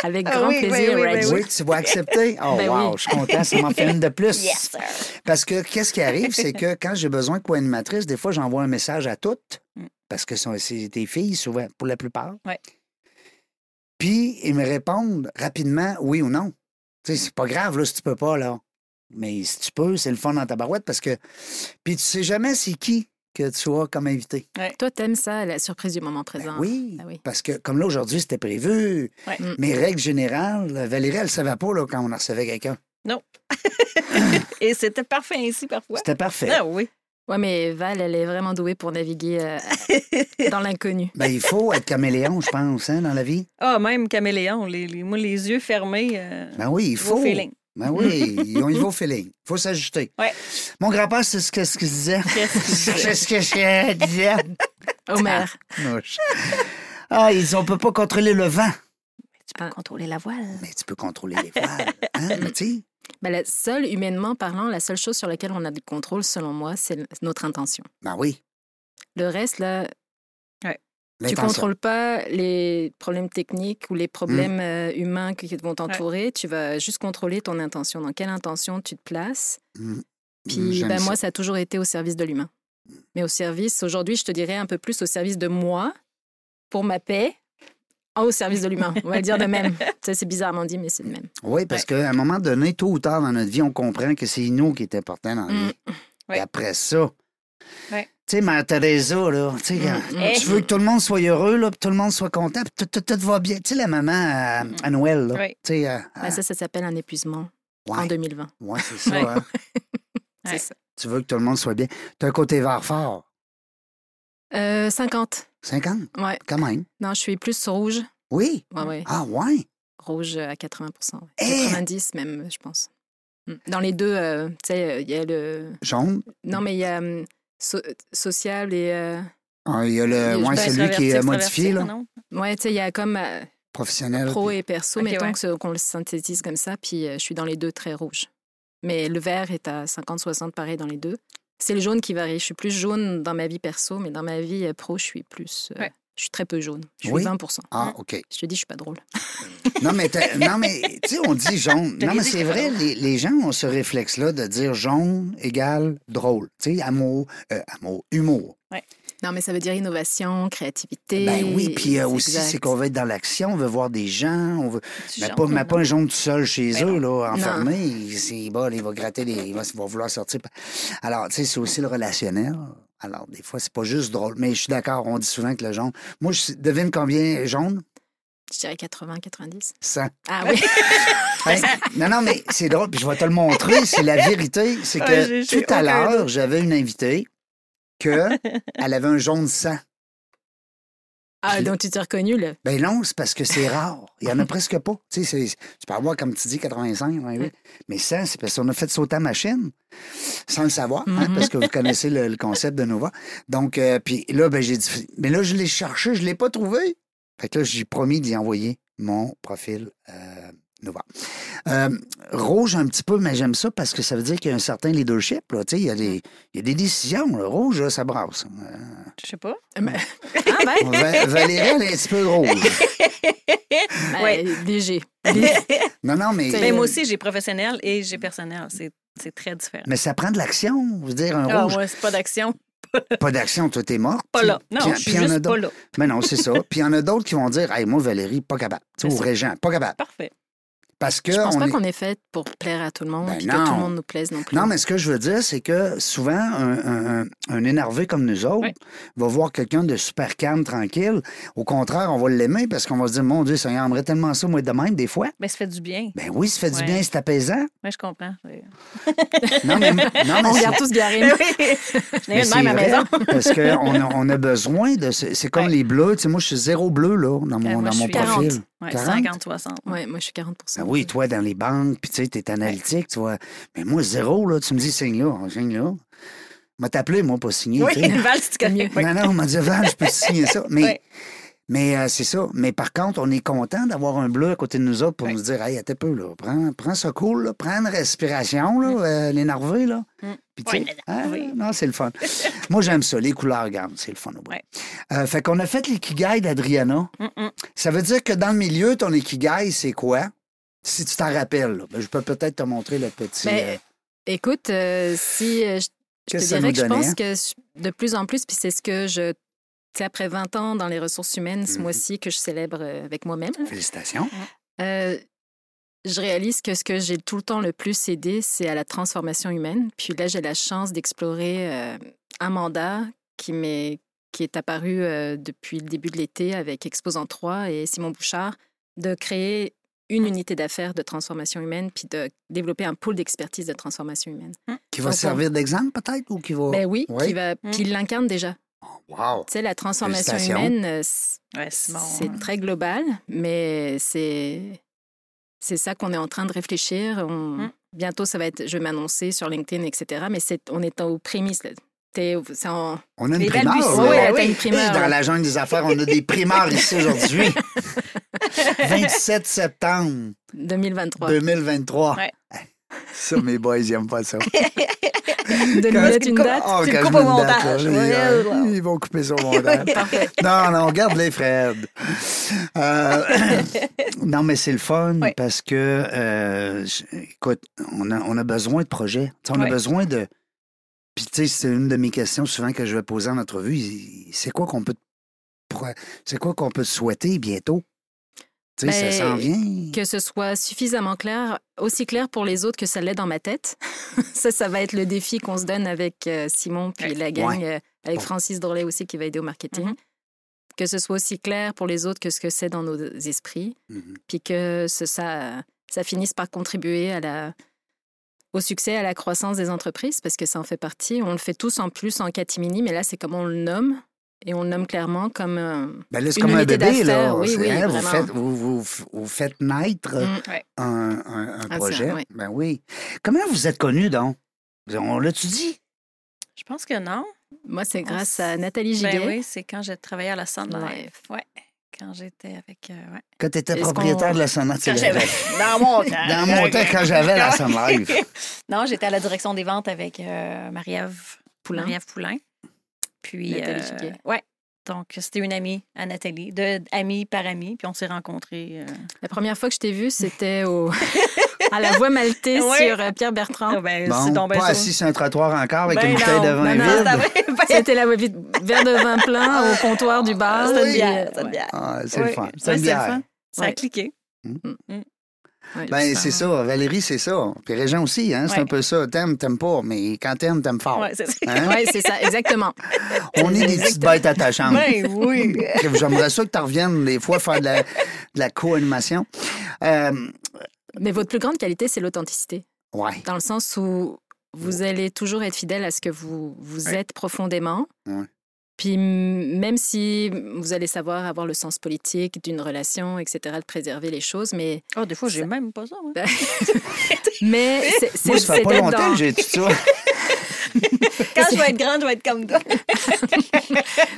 Speaker 4: Avec
Speaker 3: Ah
Speaker 4: grand
Speaker 3: oui, oui,
Speaker 4: plaisir,
Speaker 3: oui, oui,
Speaker 4: Reggie.
Speaker 2: oui, tu vas
Speaker 3: (laughs)
Speaker 2: accepter. Oh,
Speaker 4: Ben
Speaker 2: wow,
Speaker 4: oui.
Speaker 2: je suis content, ça m'en fait une de plus.
Speaker 3: Yes, sir.
Speaker 2: Parce que qu'est-ce qui arrive, c'est que quand j'ai besoin de co-animatrice, des fois, j'envoie un message à toutes,
Speaker 3: Mm.
Speaker 2: parce que sont- c'est des filles, souvent, pour la plupart.
Speaker 3: Ouais.
Speaker 2: Puis, ils me répondent rapidement oui ou non. Tu sais, c'est pas grave, là, si tu peux pas, là. Mais si tu peux, c'est le fun dans ta barouette, parce que. Puis, tu sais jamais c'est qui que tu as comme invité.
Speaker 4: Toi, t'aimes ça, la surprise du moment
Speaker 2: Ben
Speaker 4: présent.
Speaker 2: oui,
Speaker 4: Ah oui.
Speaker 2: parce que comme là, aujourd'hui, c'était prévu.
Speaker 3: Ouais.
Speaker 4: Mm.
Speaker 2: Mais règle générale, Valérie, elle savait pas, là, quand on en recevait quelqu'un.
Speaker 3: Et c'était parfait ainsi parfois.
Speaker 2: C'était parfait.
Speaker 3: Ah oui.
Speaker 4: Ouais, mais Val, elle est vraiment douée pour naviguer
Speaker 3: (laughs)
Speaker 4: euh, dans l'inconnu.
Speaker 2: Ben, il faut être caméléon, je pense, hein, dans la vie.
Speaker 3: Ah, même caméléon, les, les- moi, les yeux fermés, euh,
Speaker 2: Ben oui, il
Speaker 3: gros
Speaker 2: faut.
Speaker 3: feeling.
Speaker 2: Ben
Speaker 4: (laughs)
Speaker 2: oui, ils ont- ils vont au feeling. Il faut s'ajuster.
Speaker 3: Ouais.
Speaker 2: Mon grand-père, c'est ce que- ce qu'il disait.
Speaker 3: Qu'est-ce qu'il
Speaker 2: (laughs) C'est ce que je disais.
Speaker 4: Homer.
Speaker 2: Mouche. Ah, ils disent, on peut pas contrôler le vent.
Speaker 3: Tu peux contrôler la voile.
Speaker 2: Mais tu peux contrôler les voiles. Hein, mais tu sais,
Speaker 4: Ben, la seule, humainement parlant, la seule chose sur laquelle on a du contrôle, selon moi, c'est le- notre intention.
Speaker 2: ben oui.
Speaker 4: Le reste, là, tu
Speaker 2: l'intention.
Speaker 4: contrôles pas les problèmes techniques ou les
Speaker 2: Mm.
Speaker 4: problèmes euh, humains qui qui vont t'entourer. Tu vas juste contrôler ton intention. Dans quelle intention tu te places
Speaker 2: Mm. Mm,
Speaker 4: Puis
Speaker 2: j'aime
Speaker 4: ben,
Speaker 2: ça.
Speaker 4: moi, ça a toujours été au service de l'humain. Mais au service, aujourd'hui, je te dirais un peu plus au service de moi, pour ma paix, au service de l'humain. On va le dire de même. Tu sais, c'est bizarrement dit, mais c'est de même.
Speaker 2: Oui, parce qu'à un moment donné, tôt ou tard dans notre vie, on comprend que c'est nous qui est important dans la
Speaker 4: Mm.
Speaker 2: vie.
Speaker 3: Ouais.
Speaker 2: Et après ça,
Speaker 3: Ouais.
Speaker 2: tu sais, Mère Teresa, là, tu sais, quand-
Speaker 4: Mm, mm.
Speaker 2: tu veux que tout le monde soit heureux, là, puis tout le monde soit content, puis tout, tout- tout va bien. Tu sais, la maman à,
Speaker 4: Mm.
Speaker 2: à Noël, là,
Speaker 3: Ouais.
Speaker 2: tu sais, à- à-
Speaker 4: Ben, ça, ça s'appelle un épuisement
Speaker 2: ouais,
Speaker 4: en 2020.
Speaker 2: ouais, c'est ça.
Speaker 3: Ouais.
Speaker 2: hein.
Speaker 4: C'est
Speaker 3: Ouais.
Speaker 4: ça.
Speaker 2: Tu veux que tout le monde soit bien. Tu as un côté vert fort,
Speaker 4: Euh, 50.
Speaker 2: 50,
Speaker 4: Ouais.
Speaker 2: quand même.
Speaker 4: Non, je suis plus rouge.
Speaker 2: Oui.
Speaker 4: Ouais, ouais.
Speaker 2: Ah, ouais.
Speaker 4: Rouge euh, à 80%. ouais.
Speaker 2: Eh!
Speaker 4: 90 même, je pense. Mm. Dans les deux, euh, tu sais, il y a le.
Speaker 2: Jaune.
Speaker 4: Non, mais il y a euh, so- euh, social et. euh,
Speaker 2: Ah, Il y a le.
Speaker 4: Il y a
Speaker 2: ouais,
Speaker 4: juste
Speaker 2: c'est
Speaker 4: un
Speaker 2: lui qui est modifié, là,
Speaker 3: Ben, Non?
Speaker 4: Ouais, tu sais, il y a comme euh,
Speaker 2: professionnel.
Speaker 4: pro
Speaker 2: puis-
Speaker 4: et perso,
Speaker 3: Ok,
Speaker 4: mettons
Speaker 3: ouais.
Speaker 4: que ce- qu'on le synthétise comme ça, puis euh, je suis dans les deux très rouge. Mais le vert est à 50-60, pareil, dans les deux. C'est le jaune qui varie. Je suis plus jaune dans ma vie perso, mais dans ma vie euh, pro, je suis plus. euh,
Speaker 3: Ouais.
Speaker 4: Je suis très peu jaune. Je suis
Speaker 2: Oui.
Speaker 4: 20%.
Speaker 2: Ah, OK.
Speaker 4: Je te dis, je suis pas drôle.
Speaker 2: Non, mais, t'as- non, mais tu sais, on dit jaune.
Speaker 3: T'as
Speaker 2: Non, mais
Speaker 3: dit
Speaker 2: c'est
Speaker 3: que
Speaker 2: vrai, les, les gens ont ce réflexe-là de dire jaune égale drôle. Tu sais, amour, euh, amour, humour.
Speaker 4: Non, mais ça veut dire innovation, créativité.
Speaker 2: ben oui, puis euh, aussi,
Speaker 4: exact.
Speaker 2: c'est qu'on veut être dans l'action, on veut voir des gens, on veut.
Speaker 3: Tu
Speaker 2: Mais
Speaker 3: genres,
Speaker 2: pas, mais
Speaker 3: non?
Speaker 2: pas un jaune tout seul chez
Speaker 3: Ben
Speaker 2: eux, là, enfermé. Il, c'est- bon, il va gratter, les, il, va, il va vouloir sortir. Alors, tu sais, c'est aussi le relationnel. Alors, des fois, c'est pas juste drôle. Mais je suis d'accord, on dit souvent que le jaune. Moi, je devine combien jaune?
Speaker 4: Je dirais 80, 90.
Speaker 2: 100.
Speaker 4: Ah oui,
Speaker 2: Hein? Non, non, mais c'est drôle, puis je vais te le montrer. C'est la vérité. C'est
Speaker 3: Ouais, j'ai-
Speaker 2: que
Speaker 3: j'ai
Speaker 2: tout à
Speaker 3: aucun
Speaker 2: l'heure, j'avais une invitée
Speaker 3: (laughs)
Speaker 2: que elle avait un jaune sang.
Speaker 4: ah, donc tu t'es reconnu, là.
Speaker 2: Ben non, c'est parce que c'est rare. Il y en a presque pas. Tu sais, c'est- tu peux avoir, comme tu dis, 85, 88. Mais 100, c'est parce qu'on a fait sauter la machine sans le savoir, hein,
Speaker 4: Mhm.
Speaker 2: parce que vous connaissez le, le concept de Nova. Donc, euh, puis là, ben, j'ai dit, mais là, je l'ai cherché, je l'ai pas trouvé. Fait que là, j'ai promis d'y envoyer mon profil euh, Nova. Euh, rouge, un petit peu, mais j'aime ça parce que ça veut dire qu'il y a un certain leadership. Là, Tu sais, il, y a des, il y a des décisions. là. Rouge, là, ça brasse. Euh,
Speaker 3: Je sais pas.
Speaker 4: Ah, ben- ah, ben,
Speaker 2: Va- Valérie, elle est un petit peu rouge.
Speaker 4: ben,
Speaker 3: Ouais.
Speaker 4: léger.
Speaker 2: Non, non, mais...
Speaker 4: C'est-
Speaker 3: Mais Ben, moi aussi, j'ai professionnel et j'ai personnel. C'est c'est très différent.
Speaker 2: Mais ça prend de l'action. Je veux dire, un
Speaker 3: Ah,
Speaker 2: rouge,
Speaker 3: ouais, c'est pas d'action.
Speaker 2: pas d'action, toi, t'es mort.
Speaker 3: Pas là. Non,
Speaker 2: Puis-
Speaker 3: je suis
Speaker 2: puis il y en a
Speaker 3: juste pas
Speaker 2: d'autres.
Speaker 3: là.
Speaker 2: Mais non, c'est ça. Puis il y en a d'autres qui vont dire, hey, moi, Valérie, pas capable. Tu sais,
Speaker 3: C'est
Speaker 2: ou
Speaker 3: ça.
Speaker 2: Régent, pas capable.
Speaker 3: Parfait.
Speaker 2: Parce que
Speaker 4: Je pense
Speaker 2: on
Speaker 4: pas
Speaker 2: est-
Speaker 4: qu'on est fait pour plaire à tout le monde,
Speaker 2: Ben
Speaker 4: puis
Speaker 2: non.
Speaker 4: que tout le monde nous plaise non plus.
Speaker 2: Non, mais ce que je veux dire, c'est que souvent, un, un- un- un énervé comme nous autres
Speaker 3: Oui.
Speaker 2: va voir quelqu'un de super calme, tranquille. Au contraire, on va l'aimer parce qu'on va se dire, mon Dieu, ça aimerait tellement ça, moi, de même, des fois.
Speaker 3: Ben, ça fait du bien.
Speaker 2: Ben oui, ça fait du
Speaker 3: Ouais.
Speaker 2: bien, c'est apaisant.
Speaker 3: Oui, je comprends. Oui.
Speaker 2: Non, mais,
Speaker 3: (laughs)
Speaker 2: non, mais
Speaker 4: on
Speaker 2: c'est-
Speaker 4: regarde tous Garim.
Speaker 3: Ben oui. J'en ai
Speaker 2: mais
Speaker 3: une
Speaker 2: c'est
Speaker 3: même à la
Speaker 2: vrai,
Speaker 3: maison.
Speaker 2: (laughs) parce qu'on a, on a besoin de... C'est c'est comme
Speaker 3: Ouais.
Speaker 2: les bleus. Tu sais, moi, je suis zéro bleu, là, dans mon,
Speaker 3: Euh, moi,
Speaker 2: dans
Speaker 3: je
Speaker 2: mon
Speaker 3: suis
Speaker 2: profil.
Speaker 4: 40.
Speaker 3: Ouais,
Speaker 2: 40?
Speaker 3: 50, 60.
Speaker 4: Ouais, moi, je suis 40
Speaker 2: Ben oui, toi, dans les banques, puis tu sais, t'es analytique, tu vois. Mais moi, zéro, là, tu me dis, signe là, on signe là. M'a t'appelé, moi, pour signer. tu sais.
Speaker 3: Oui, (laughs) Val, c'est correct.
Speaker 2: Non, non, on m'a dit, Val, je peux signer ça. Mais,
Speaker 3: Ouais.
Speaker 2: mais euh, c'est ça. Mais par contre, on est content d'avoir un bleu à côté de nous autres pour nous dire, hey, attends un peu, là, prends, prends ça cool, là, prends une respiration, là, euh, l'énervé, là. Puis tu sais,
Speaker 3: Ouais,
Speaker 2: ah,
Speaker 3: oui.
Speaker 2: non, c'est le fun. Moi, j'aime ça. Les couleurs, regarde, c'est le fun. au bout.
Speaker 3: Ouais.
Speaker 2: Euh, fait qu'on a fait l'ikigai d'Adriana.
Speaker 3: Mm, mm.
Speaker 2: Ça veut dire que dans le milieu, ton ikigai, c'est quoi? Si tu t'en rappelles, là. Ben, je peux peut-être te montrer le petit.
Speaker 4: Mais,
Speaker 2: euh,
Speaker 4: Écoute, euh, si euh, je, je
Speaker 2: Qu'est-ce que
Speaker 4: te
Speaker 2: ça
Speaker 4: dirais
Speaker 2: nous
Speaker 4: que je
Speaker 2: donnait,
Speaker 4: pense
Speaker 2: hein?
Speaker 4: que s- de plus en plus, puis c'est ce que je. tu sais, après 20 ans dans les ressources humaines, ce
Speaker 2: Mhm.
Speaker 4: mois-ci, que je célèbre euh, avec moi-même,
Speaker 2: Félicitations.
Speaker 4: euh, je réalise que ce que j'ai tout le temps le plus aidé, c'est à la transformation humaine. Puis là, j'ai la chance d'explorer euh, un mandat qui m'est qui est apparu euh, depuis le début de l'été avec Exposant 3 et Simon Bouchard, de créer une unité d'affaires de transformation humaine, puis de développer un pôle d'expertise de transformation humaine.
Speaker 2: Qui va
Speaker 4: Enfin.
Speaker 2: servir d'exemple, peut-être, ou qui va.
Speaker 4: Ben oui,
Speaker 2: Oh, Ouais.
Speaker 4: qui va, puis il l'incarne déjà.
Speaker 2: Wow!
Speaker 4: Tu sais, la transformation
Speaker 2: Félicitations.
Speaker 4: humaine, euh, c-
Speaker 3: Ouais, Simon,
Speaker 4: c'est
Speaker 3: hein.
Speaker 4: très global, mais c'est c'est ça qu'on est en train de réfléchir. On-
Speaker 3: Mm.
Speaker 4: Bientôt, ça va être, je vais m'annoncer sur LinkedIn, etc. Mais c'est, on est aux prémices. Là. T'es- c'est en-
Speaker 2: On a une
Speaker 3: Les
Speaker 2: primeur.
Speaker 3: balbutiements.
Speaker 2: là.
Speaker 3: Ouais,
Speaker 4: là,
Speaker 3: oui.
Speaker 4: t'as une primeur,
Speaker 2: Dans
Speaker 4: là.
Speaker 2: la jungle des affaires, on a des primeurs ici
Speaker 3: (laughs)
Speaker 2: aujourd'hui. 27 septembre
Speaker 4: 2023.
Speaker 2: 2023.
Speaker 3: Ouais.
Speaker 2: (laughs) Ça, mes boys, ils n'aiment pas ça.
Speaker 4: (laughs) De nous
Speaker 2: Quand-
Speaker 4: mettre une date.
Speaker 2: Oh,
Speaker 3: tu
Speaker 2: quand
Speaker 3: le
Speaker 2: je
Speaker 3: coupes
Speaker 2: mets
Speaker 3: au
Speaker 2: une date,
Speaker 3: montage.
Speaker 2: là,
Speaker 3: Ouais,
Speaker 2: ils,
Speaker 3: ouais.
Speaker 2: ils vont couper ça au montage.
Speaker 3: (laughs)
Speaker 2: non, non, regarde les Fred. Euh, (coughs) non, mais c'est le fun
Speaker 3: Ouais.
Speaker 2: parce que, euh, je- écoute, on a, on a besoin de projets. Tu sais, on
Speaker 3: Ouais.
Speaker 2: a besoin de. Puis, tu sais, c'est une de mes questions souvent que je vais poser en entrevue. C'est quoi qu'on peut, te pro- c'est quoi qu'on peut te souhaiter bientôt? Tu sais,
Speaker 4: Ben,
Speaker 2: ça s'en vient.
Speaker 4: Que ce soit suffisamment clair, aussi clair pour les autres que ça l'est dans ma tête. (laughs) ça, ça va être le défi qu'on se donne avec euh, Simon, puis
Speaker 3: Ouais.
Speaker 4: la gang, euh, avec
Speaker 2: Bon.
Speaker 4: Francis Dorlet aussi qui va aider au marketing.
Speaker 3: Mhm.
Speaker 4: Que ce soit aussi clair pour les autres que ce que c'est dans nos esprits.
Speaker 2: Mhm.
Speaker 4: puis que ce- ça, ça finisse par contribuer à la, au succès, à la croissance des entreprises, parce que ça en fait partie. On le fait tous en plus en catimini, mais là, c'est comme on le nomme, et on le nomme clairement comme... euh,
Speaker 2: Ben là, c'est
Speaker 4: Une
Speaker 2: comme un
Speaker 4: unité
Speaker 2: bébé, là.
Speaker 4: d'affaires, oui,
Speaker 2: C'est-
Speaker 4: oui,
Speaker 2: hein, vous,
Speaker 4: vraiment.
Speaker 2: faites, vous, vous- vous faites naître
Speaker 4: Mm.
Speaker 3: Ouais.
Speaker 2: un, un- un
Speaker 4: c'est-
Speaker 2: projet.
Speaker 4: oui.
Speaker 2: Ben oui. Comment vous êtes connu, donc? On l'a-tu dit?
Speaker 3: Je pense que non.
Speaker 4: Moi, c'est
Speaker 3: On
Speaker 4: grâce
Speaker 3: s-
Speaker 4: à Nathalie Giguet.
Speaker 3: Ben oui, c'est quand j'ai travaillé à la Sunlife.
Speaker 4: Life.
Speaker 3: Ouais. Quand j'étais avec. euh, ouais.
Speaker 2: Quand tu étais
Speaker 4: Est-ce
Speaker 2: propriétaire
Speaker 4: qu'on-
Speaker 2: de la Sonate.
Speaker 3: Quand
Speaker 2: c'est vrai.
Speaker 3: j'avais- Oh, Dans mon temps.
Speaker 2: (laughs) Dans mon temps, quand j'avais la
Speaker 3: (laughs)
Speaker 2: Sunlife.
Speaker 3: Non, j'étais à la direction des ventes avec euh, Marie-Ève
Speaker 4: Poulain.
Speaker 3: Marie-Ève Poulain. Puis.
Speaker 4: Nathalie
Speaker 3: euh,
Speaker 4: Giguet.
Speaker 3: ouais. Donc, c'était une amie à Nathalie, de amie par amie, puis on s'est rencontrés. euh,
Speaker 4: La première fois que je t'ai vue, c'était au... (laughs) à la Voix Maltais
Speaker 3: Ouais.
Speaker 4: sur euh, Pierre Bertrand.
Speaker 3: ben,
Speaker 2: Bon,
Speaker 3: tombé
Speaker 2: pas
Speaker 3: sur-
Speaker 2: assis sur un trottoir encore avec
Speaker 3: Ben
Speaker 2: une
Speaker 3: non,
Speaker 2: bouteille de
Speaker 3: non,
Speaker 2: vin
Speaker 4: non,
Speaker 2: vide.
Speaker 3: Ah, ben,
Speaker 2: (laughs)
Speaker 3: ben,
Speaker 4: C'était la voie vide- verre de vin plein au comptoir du bar.
Speaker 3: C'était une
Speaker 4: Puis,
Speaker 3: bière,
Speaker 4: euh,
Speaker 3: c'était une
Speaker 4: ouais.
Speaker 3: bière.
Speaker 2: Ah, c'est
Speaker 3: Oui,
Speaker 2: le fun.
Speaker 3: oui,
Speaker 2: C'est une
Speaker 3: c'est le
Speaker 2: bière.
Speaker 3: fun. Ça a
Speaker 4: Ouais.
Speaker 3: cliqué.
Speaker 4: Ouais.
Speaker 2: Ben, c'est ça. Valérie, c'est ça. Puis Régent aussi, hein, c'est
Speaker 3: Ouais.
Speaker 2: un peu ça. T'aimes, t'aimes pas, mais quand t'aimes, t'aimes fort.
Speaker 3: Ouais, c'est ça.
Speaker 2: Hein?
Speaker 4: Ouais, c'est ça, exactement.
Speaker 2: On est des petites bêtes attachantes.
Speaker 3: (laughs) Ben oui.
Speaker 2: Crif, J'aimerais ça que tu reviennes des fois faire de la, de la co-animation. Euh,
Speaker 4: Mais votre plus grande qualité, c'est l'authenticité.
Speaker 2: ouais.
Speaker 4: dans le sens où
Speaker 2: Oh.
Speaker 4: vous allez toujours être fidèle à ce que vous, vous
Speaker 3: Ouais.
Speaker 4: êtes profondément.
Speaker 2: Ouais.
Speaker 4: Puis m- même si vous allez savoir avoir le sens politique d'une relation, etc., de préserver les choses, mais,
Speaker 3: Oh, des fois, j'ai
Speaker 4: Ça-
Speaker 3: même pas ça. moi.
Speaker 2: (laughs)
Speaker 4: mais c'est- c'est
Speaker 2: Moi, ça fait
Speaker 4: c'est
Speaker 2: pas
Speaker 4: d'être
Speaker 2: longtemps
Speaker 4: dans-
Speaker 2: que j'ai tout ça.
Speaker 3: Quand je vais être grande, je vais être comme (laughs) toi.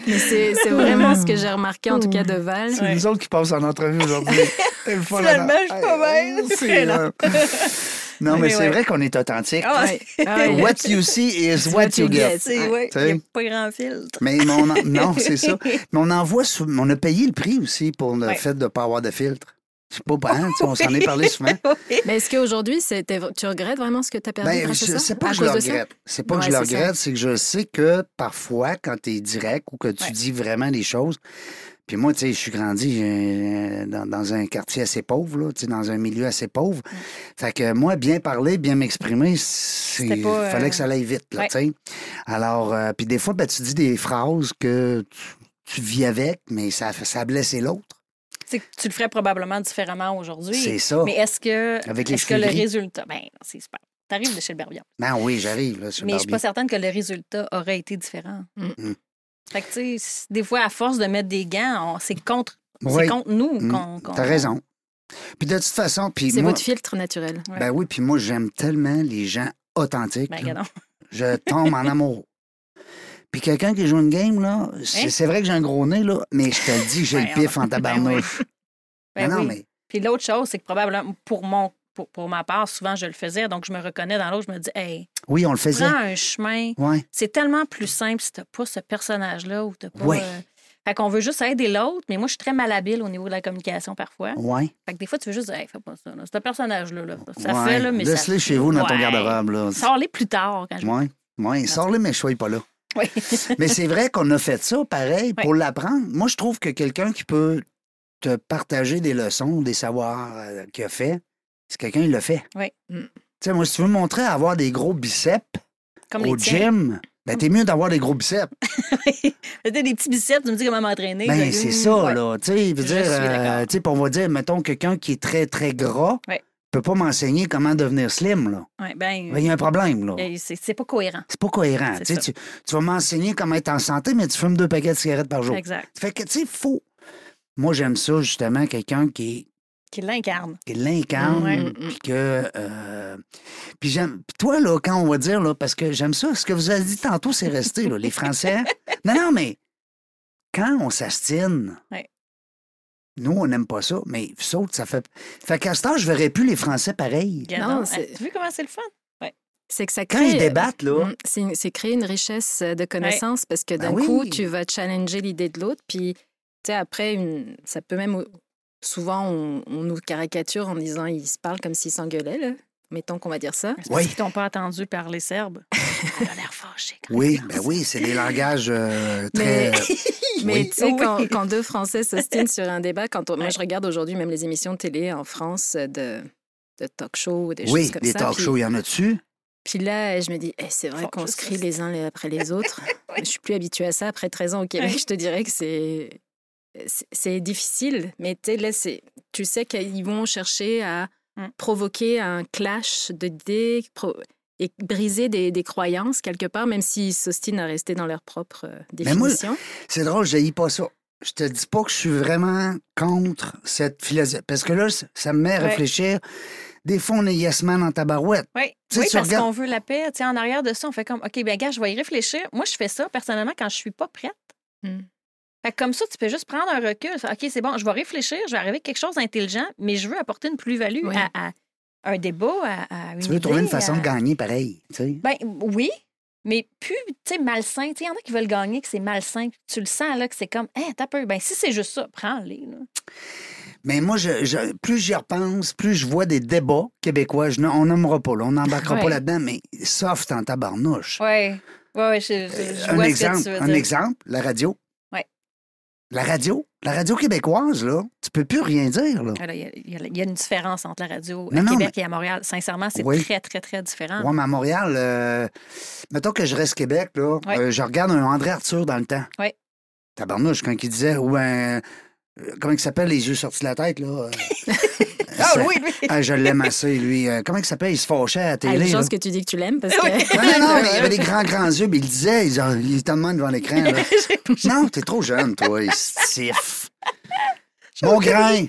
Speaker 4: mais c'est c'est vraiment ce que j'ai remarqué en tout cas de Val.
Speaker 2: C'est nous autres qui passons en entrevue aujourd'hui.
Speaker 3: (laughs)
Speaker 2: C'est le fun,
Speaker 3: Finalement,
Speaker 2: Anna.
Speaker 3: je suis pas
Speaker 2: Hey,
Speaker 3: belle.
Speaker 2: c'est, euh, (laughs) Non, mais,
Speaker 3: Mais
Speaker 2: c'est
Speaker 3: ouais.
Speaker 2: vrai qu'on est authentique. (laughs)
Speaker 3: Ah,
Speaker 4: Ouais. Ah ouais.
Speaker 2: What you see is what, you get.
Speaker 3: C'est, ouais,
Speaker 4: Ouais.
Speaker 2: Tu
Speaker 3: il n'y
Speaker 2: sais.
Speaker 3: a pas grand filtre.
Speaker 2: Mais mon- non, c'est
Speaker 3: (laughs)
Speaker 2: ça. Mais on envoie, sou- on a payé le prix aussi pour le
Speaker 3: Ouais.
Speaker 2: fait de ne pas avoir de filtre. C'est pas bon, hein, tu sais, on s'en est parlé souvent.
Speaker 4: Mais est-ce qu'aujourd'hui, c'était- tu regrettes vraiment ce que tu as perdu
Speaker 2: Ben,
Speaker 4: grâce à
Speaker 2: je
Speaker 4: ça?
Speaker 2: sais pas
Speaker 4: À
Speaker 2: que je le
Speaker 4: cause de ça?
Speaker 2: regrette. C'est pas que
Speaker 4: Ouais,
Speaker 2: je le
Speaker 4: c'est ça.
Speaker 2: regrette, c'est que je sais que parfois, quand tu es direct ou que tu
Speaker 3: Ouais.
Speaker 2: dis vraiment les choses, Puis moi, tu sais, je suis grandi euh, dans, dans un quartier assez pauvre, là, tu sais, dans un milieu assez pauvre. Fait que moi, bien parler, bien m'exprimer,
Speaker 3: C'était
Speaker 2: il
Speaker 3: pas, euh,
Speaker 2: fallait que ça aille vite, là,
Speaker 3: Ouais.
Speaker 2: tu sais. Alors, euh, puis des fois, ben, tu dis des phrases que tu, tu vis avec, mais ça, ça a blessé l'autre.
Speaker 3: C'est que tu le ferais probablement différemment aujourd'hui.
Speaker 2: C'est ça.
Speaker 3: Mais est-ce que,
Speaker 2: Avec les
Speaker 3: est-ce que le
Speaker 2: cheveux gris.
Speaker 3: résultat. Ben, non, c'est super. T'arrives de chez le barbier.
Speaker 2: Ben oui, j'arrive, là, sur
Speaker 3: Mais
Speaker 2: le
Speaker 3: je suis pas certaine que le résultat aurait été différent.
Speaker 4: Mm.
Speaker 2: Mm.
Speaker 3: Fait que, tu sais, c- des fois, à force de mettre des gants, on- c'est contre, c'est
Speaker 2: Oui.
Speaker 3: contre nous
Speaker 2: Mm.
Speaker 3: qu'on. qu'on-
Speaker 2: T'as raison. Puis de toute façon, puis
Speaker 4: C'est
Speaker 2: moi,
Speaker 4: votre filtre naturel.
Speaker 3: Ouais.
Speaker 2: ben oui, puis moi, j'aime tellement les gens authentiques.
Speaker 3: Ben,
Speaker 2: là.
Speaker 3: regarde,
Speaker 2: je tombe en amour. Puis quelqu'un qui joue une game, là, c'est
Speaker 3: Hein?
Speaker 2: c'est vrai que j'ai un gros nez, là, mais je te le dis, j'ai
Speaker 3: (laughs) Ben,
Speaker 2: le pif en
Speaker 3: ben
Speaker 2: tabarnouche.
Speaker 3: ben
Speaker 2: non, non,
Speaker 3: oui.
Speaker 2: mais
Speaker 3: Puis l'autre chose, c'est que probablement, pour, mon, pour, pour ma part, souvent, je le faisais. Donc, je me reconnais dans l'autre. Je me dis, hey,
Speaker 2: oui, on le faisait.
Speaker 3: prends un chemin.
Speaker 2: Ouais.
Speaker 3: C'est tellement plus simple si t'as pas ce personnage-là ou t'as pas.
Speaker 2: Ouais.
Speaker 3: euh, Fait qu'on veut juste aider l'autre, mais moi, je suis très malhabile au niveau de la communication parfois.
Speaker 2: Ouais.
Speaker 3: Fait que des fois, tu veux juste dire, hey, fais pas ça. là. C'est un personnage-là. Là. Ça
Speaker 2: ouais.
Speaker 3: fait, là, mais ça.
Speaker 2: Laisse-les chez vous dans ton
Speaker 3: Ouais.
Speaker 2: garde-robe, là.
Speaker 3: Sors-les plus tard quand je.
Speaker 2: Ouais. Ouais, sors-les, mais je sois pas là.
Speaker 3: (laughs) Oui.
Speaker 2: mais c'est vrai qu'on a fait ça, pareil, pour l'apprendre. Moi, je trouve que quelqu'un qui peut te partager des leçons, des savoirs euh, qu'il a fait, c'est quelqu'un qui le fait.
Speaker 3: Oui.
Speaker 4: Mm.
Speaker 2: Tu sais, moi, si tu veux me montrer à avoir des gros biceps
Speaker 3: Comme
Speaker 2: au
Speaker 3: les tiens. (laughs)
Speaker 2: gym, ben, t'es mieux d'avoir des gros biceps.
Speaker 3: T'as des petits biceps, tu me dis comment m'entraîner.
Speaker 2: Ben,
Speaker 3: là.
Speaker 2: c'est ça,
Speaker 3: Ouais.
Speaker 2: là. Tu sais, je veux
Speaker 3: Je
Speaker 2: dire,
Speaker 3: suis
Speaker 2: euh,
Speaker 3: d'accord.
Speaker 2: tu sais, puis on va dire, mettons, quelqu'un qui est très, très gras
Speaker 3: Ouais.
Speaker 2: peut pas m'enseigner comment devenir slim, là.
Speaker 3: Ouais, ben,
Speaker 2: Ben, Il y a un problème, là.
Speaker 3: euh, c'est c'est pas cohérent.
Speaker 2: C'est pas cohérent.
Speaker 3: C'est
Speaker 2: Tu, sais,
Speaker 3: ça.
Speaker 2: tu tu vas m'enseigner comment être en santé, mais tu fumes deux paquets de cigarettes par jour.
Speaker 3: Exact.
Speaker 2: Fait que, tu sais, faut. Moi, j'aime ça, justement, quelqu'un qui,
Speaker 3: Qui l'incarne.
Speaker 2: qui l'incarne,
Speaker 3: Ouais. mm,
Speaker 2: puis que. euh, Puis j'aime. puis toi, là, quand on va dire, là, parce que j'aime ça, ce que vous avez dit tantôt, c'est resté, là. Les
Speaker 3: (laughs)
Speaker 2: Français. Non, non, mais quand on s'astine,
Speaker 3: Ouais.
Speaker 2: nous, on n'aime pas ça, mais vous autres, ça fait. Fait qu'à ce temps, je verrais plus les Français pareils.
Speaker 3: Regarde
Speaker 4: Non,
Speaker 3: donc.
Speaker 4: c'est-
Speaker 3: Hey, Tu vu comment c'est le fun?
Speaker 4: C'est que ça
Speaker 2: Quand
Speaker 4: crée.
Speaker 2: ils débattent,
Speaker 3: euh,
Speaker 2: là.
Speaker 4: Mm, C'est c'est créer une richesse euh, de connaissances parce que d'un
Speaker 2: Ben oui.
Speaker 4: coup, tu vas challenger l'idée de l'autre. Puis, tu sais, après, une- ça peut même. Souvent, on, on nous caricature en disant ils se parlent comme s'ils s'engueulaient, là. Mettons qu'on va dire ça.
Speaker 3: C'est
Speaker 2: Oui.
Speaker 3: parce qu'ils t'ont pas entendu
Speaker 2: (laughs)
Speaker 3: parler serbe. On a l'air fâché. quand
Speaker 2: Oui,
Speaker 3: ils
Speaker 2: ben
Speaker 3: pensent.
Speaker 2: oui, c'est des langages euh, très.
Speaker 4: Mais- Mais
Speaker 2: Oui.
Speaker 4: tu sais, quand,
Speaker 3: Oui.
Speaker 4: quand deux Français s'ostinent sur un débat, quand on- moi
Speaker 3: Ouais.
Speaker 4: je regarde aujourd'hui même les émissions de télé en France euh, de, de talk show ou des
Speaker 2: oui,
Speaker 4: choses comme
Speaker 2: des
Speaker 4: ça.
Speaker 2: talk
Speaker 4: puis-
Speaker 2: shows, il y en a dessus.
Speaker 4: Puis là, je me dis, Eh, c'est vrai
Speaker 3: Faut
Speaker 4: qu'on
Speaker 3: que
Speaker 4: se
Speaker 3: je
Speaker 4: crie
Speaker 3: fasse
Speaker 4: les uns les-
Speaker 3: (laughs)
Speaker 4: après les autres. Je suis plus habituée à ça. Après 13 ans au Québec,
Speaker 3: Ouais.
Speaker 4: (laughs) je te dirais que c'est. c'est- C'est difficile, mais tu sais, là, c'est- tu sais qu'ils vont chercher à
Speaker 3: Mm.
Speaker 4: provoquer un clash d'idées pro- et briser des, des croyances quelque part, même s'ils s'ostinent à rester dans leur propre euh,
Speaker 2: Mais moi,
Speaker 4: définition.
Speaker 2: C'est drôle, je n'haïs pas ça. Je te dis pas que je suis vraiment contre cette philosophie. Parce que là, c- ça me met à
Speaker 3: Ouais.
Speaker 2: réfléchir. Des fois, on est yes man en tabarouette.
Speaker 3: Oui,
Speaker 2: Tu sais,
Speaker 3: oui
Speaker 2: tu
Speaker 3: parce
Speaker 2: regardes-
Speaker 3: qu'on veut la paix. Tu sais, en arrière de ça, on fait comme, OK, bien, gars, je vais y réfléchir. Moi, je fais ça personnellement quand je suis pas prête.
Speaker 4: Mm.
Speaker 3: Fait que comme ça, tu peux juste prendre un recul. Faire, OK, c'est bon, je vais réfléchir, je vais arriver à quelque chose d'intelligent, mais je veux apporter une plus-value
Speaker 4: Oui.
Speaker 3: à, à un débat, à, à une
Speaker 2: Tu veux trouver une
Speaker 3: idée, euh.
Speaker 2: façon
Speaker 3: à-
Speaker 2: de gagner pareil. tu sais.
Speaker 3: Ben oui, mais plus, tu sais, malsain. Tu sais, il y en a qui veulent gagner, que c'est malsain. Tu le sens, là, que c'est comme, hé, t'as peur. Ben si c'est juste ça, prends-les. là.
Speaker 2: Mais moi, je, je- plus j'y repense, plus je vois des débats québécois. Je, n- on n'aimera pas, là, on n'embarquera
Speaker 3: Ouais.
Speaker 2: pas là-dedans, mais soft en tabarnouche.
Speaker 3: Ouais, ouais, ouais, je, je- je
Speaker 2: Euh, un
Speaker 3: vois
Speaker 2: exemple,
Speaker 3: ce que tu veux
Speaker 2: un
Speaker 3: dire.
Speaker 2: exemple, la radio.
Speaker 3: Ouais.
Speaker 2: La radio, la radio québécoise, là, tu peux plus rien dire, là.
Speaker 3: Ah là, Il y, a- il y a- il y a une différence entre la radio
Speaker 2: Non,
Speaker 3: à
Speaker 2: non,
Speaker 3: Québec et à Montréal. Sincèrement, c'est
Speaker 2: Oui.
Speaker 3: très, très, très différent.
Speaker 2: Ouais, mais à Montréal, euh, mettons que je reste Québec, là,
Speaker 3: Ouais.
Speaker 2: euh, je regarde un André Arthur dans le temps.
Speaker 3: Ouais.
Speaker 2: Tabarnouche, quand il disait, ou un. euh, Comment il s'appelle, les yeux sortis de la tête, là? euh,
Speaker 3: (laughs) Ah
Speaker 2: c'est-
Speaker 3: oui, oui.
Speaker 2: (laughs) Ah, je l'aime assez, lui. Euh, comment il s'appelle? Il se fâchait à la
Speaker 4: Ah,
Speaker 2: télé.
Speaker 4: une
Speaker 2: là.
Speaker 4: chance que tu dis que tu
Speaker 3: (laughs)
Speaker 4: l'aimes parce que.
Speaker 2: Non, non, non, mais il avait des grands, grands yeux, mais il disait, il, genre, il était de même devant l'écran. là.
Speaker 3: (laughs)
Speaker 2: non, t'es trop jeune, toi, il stiff. Mongrain,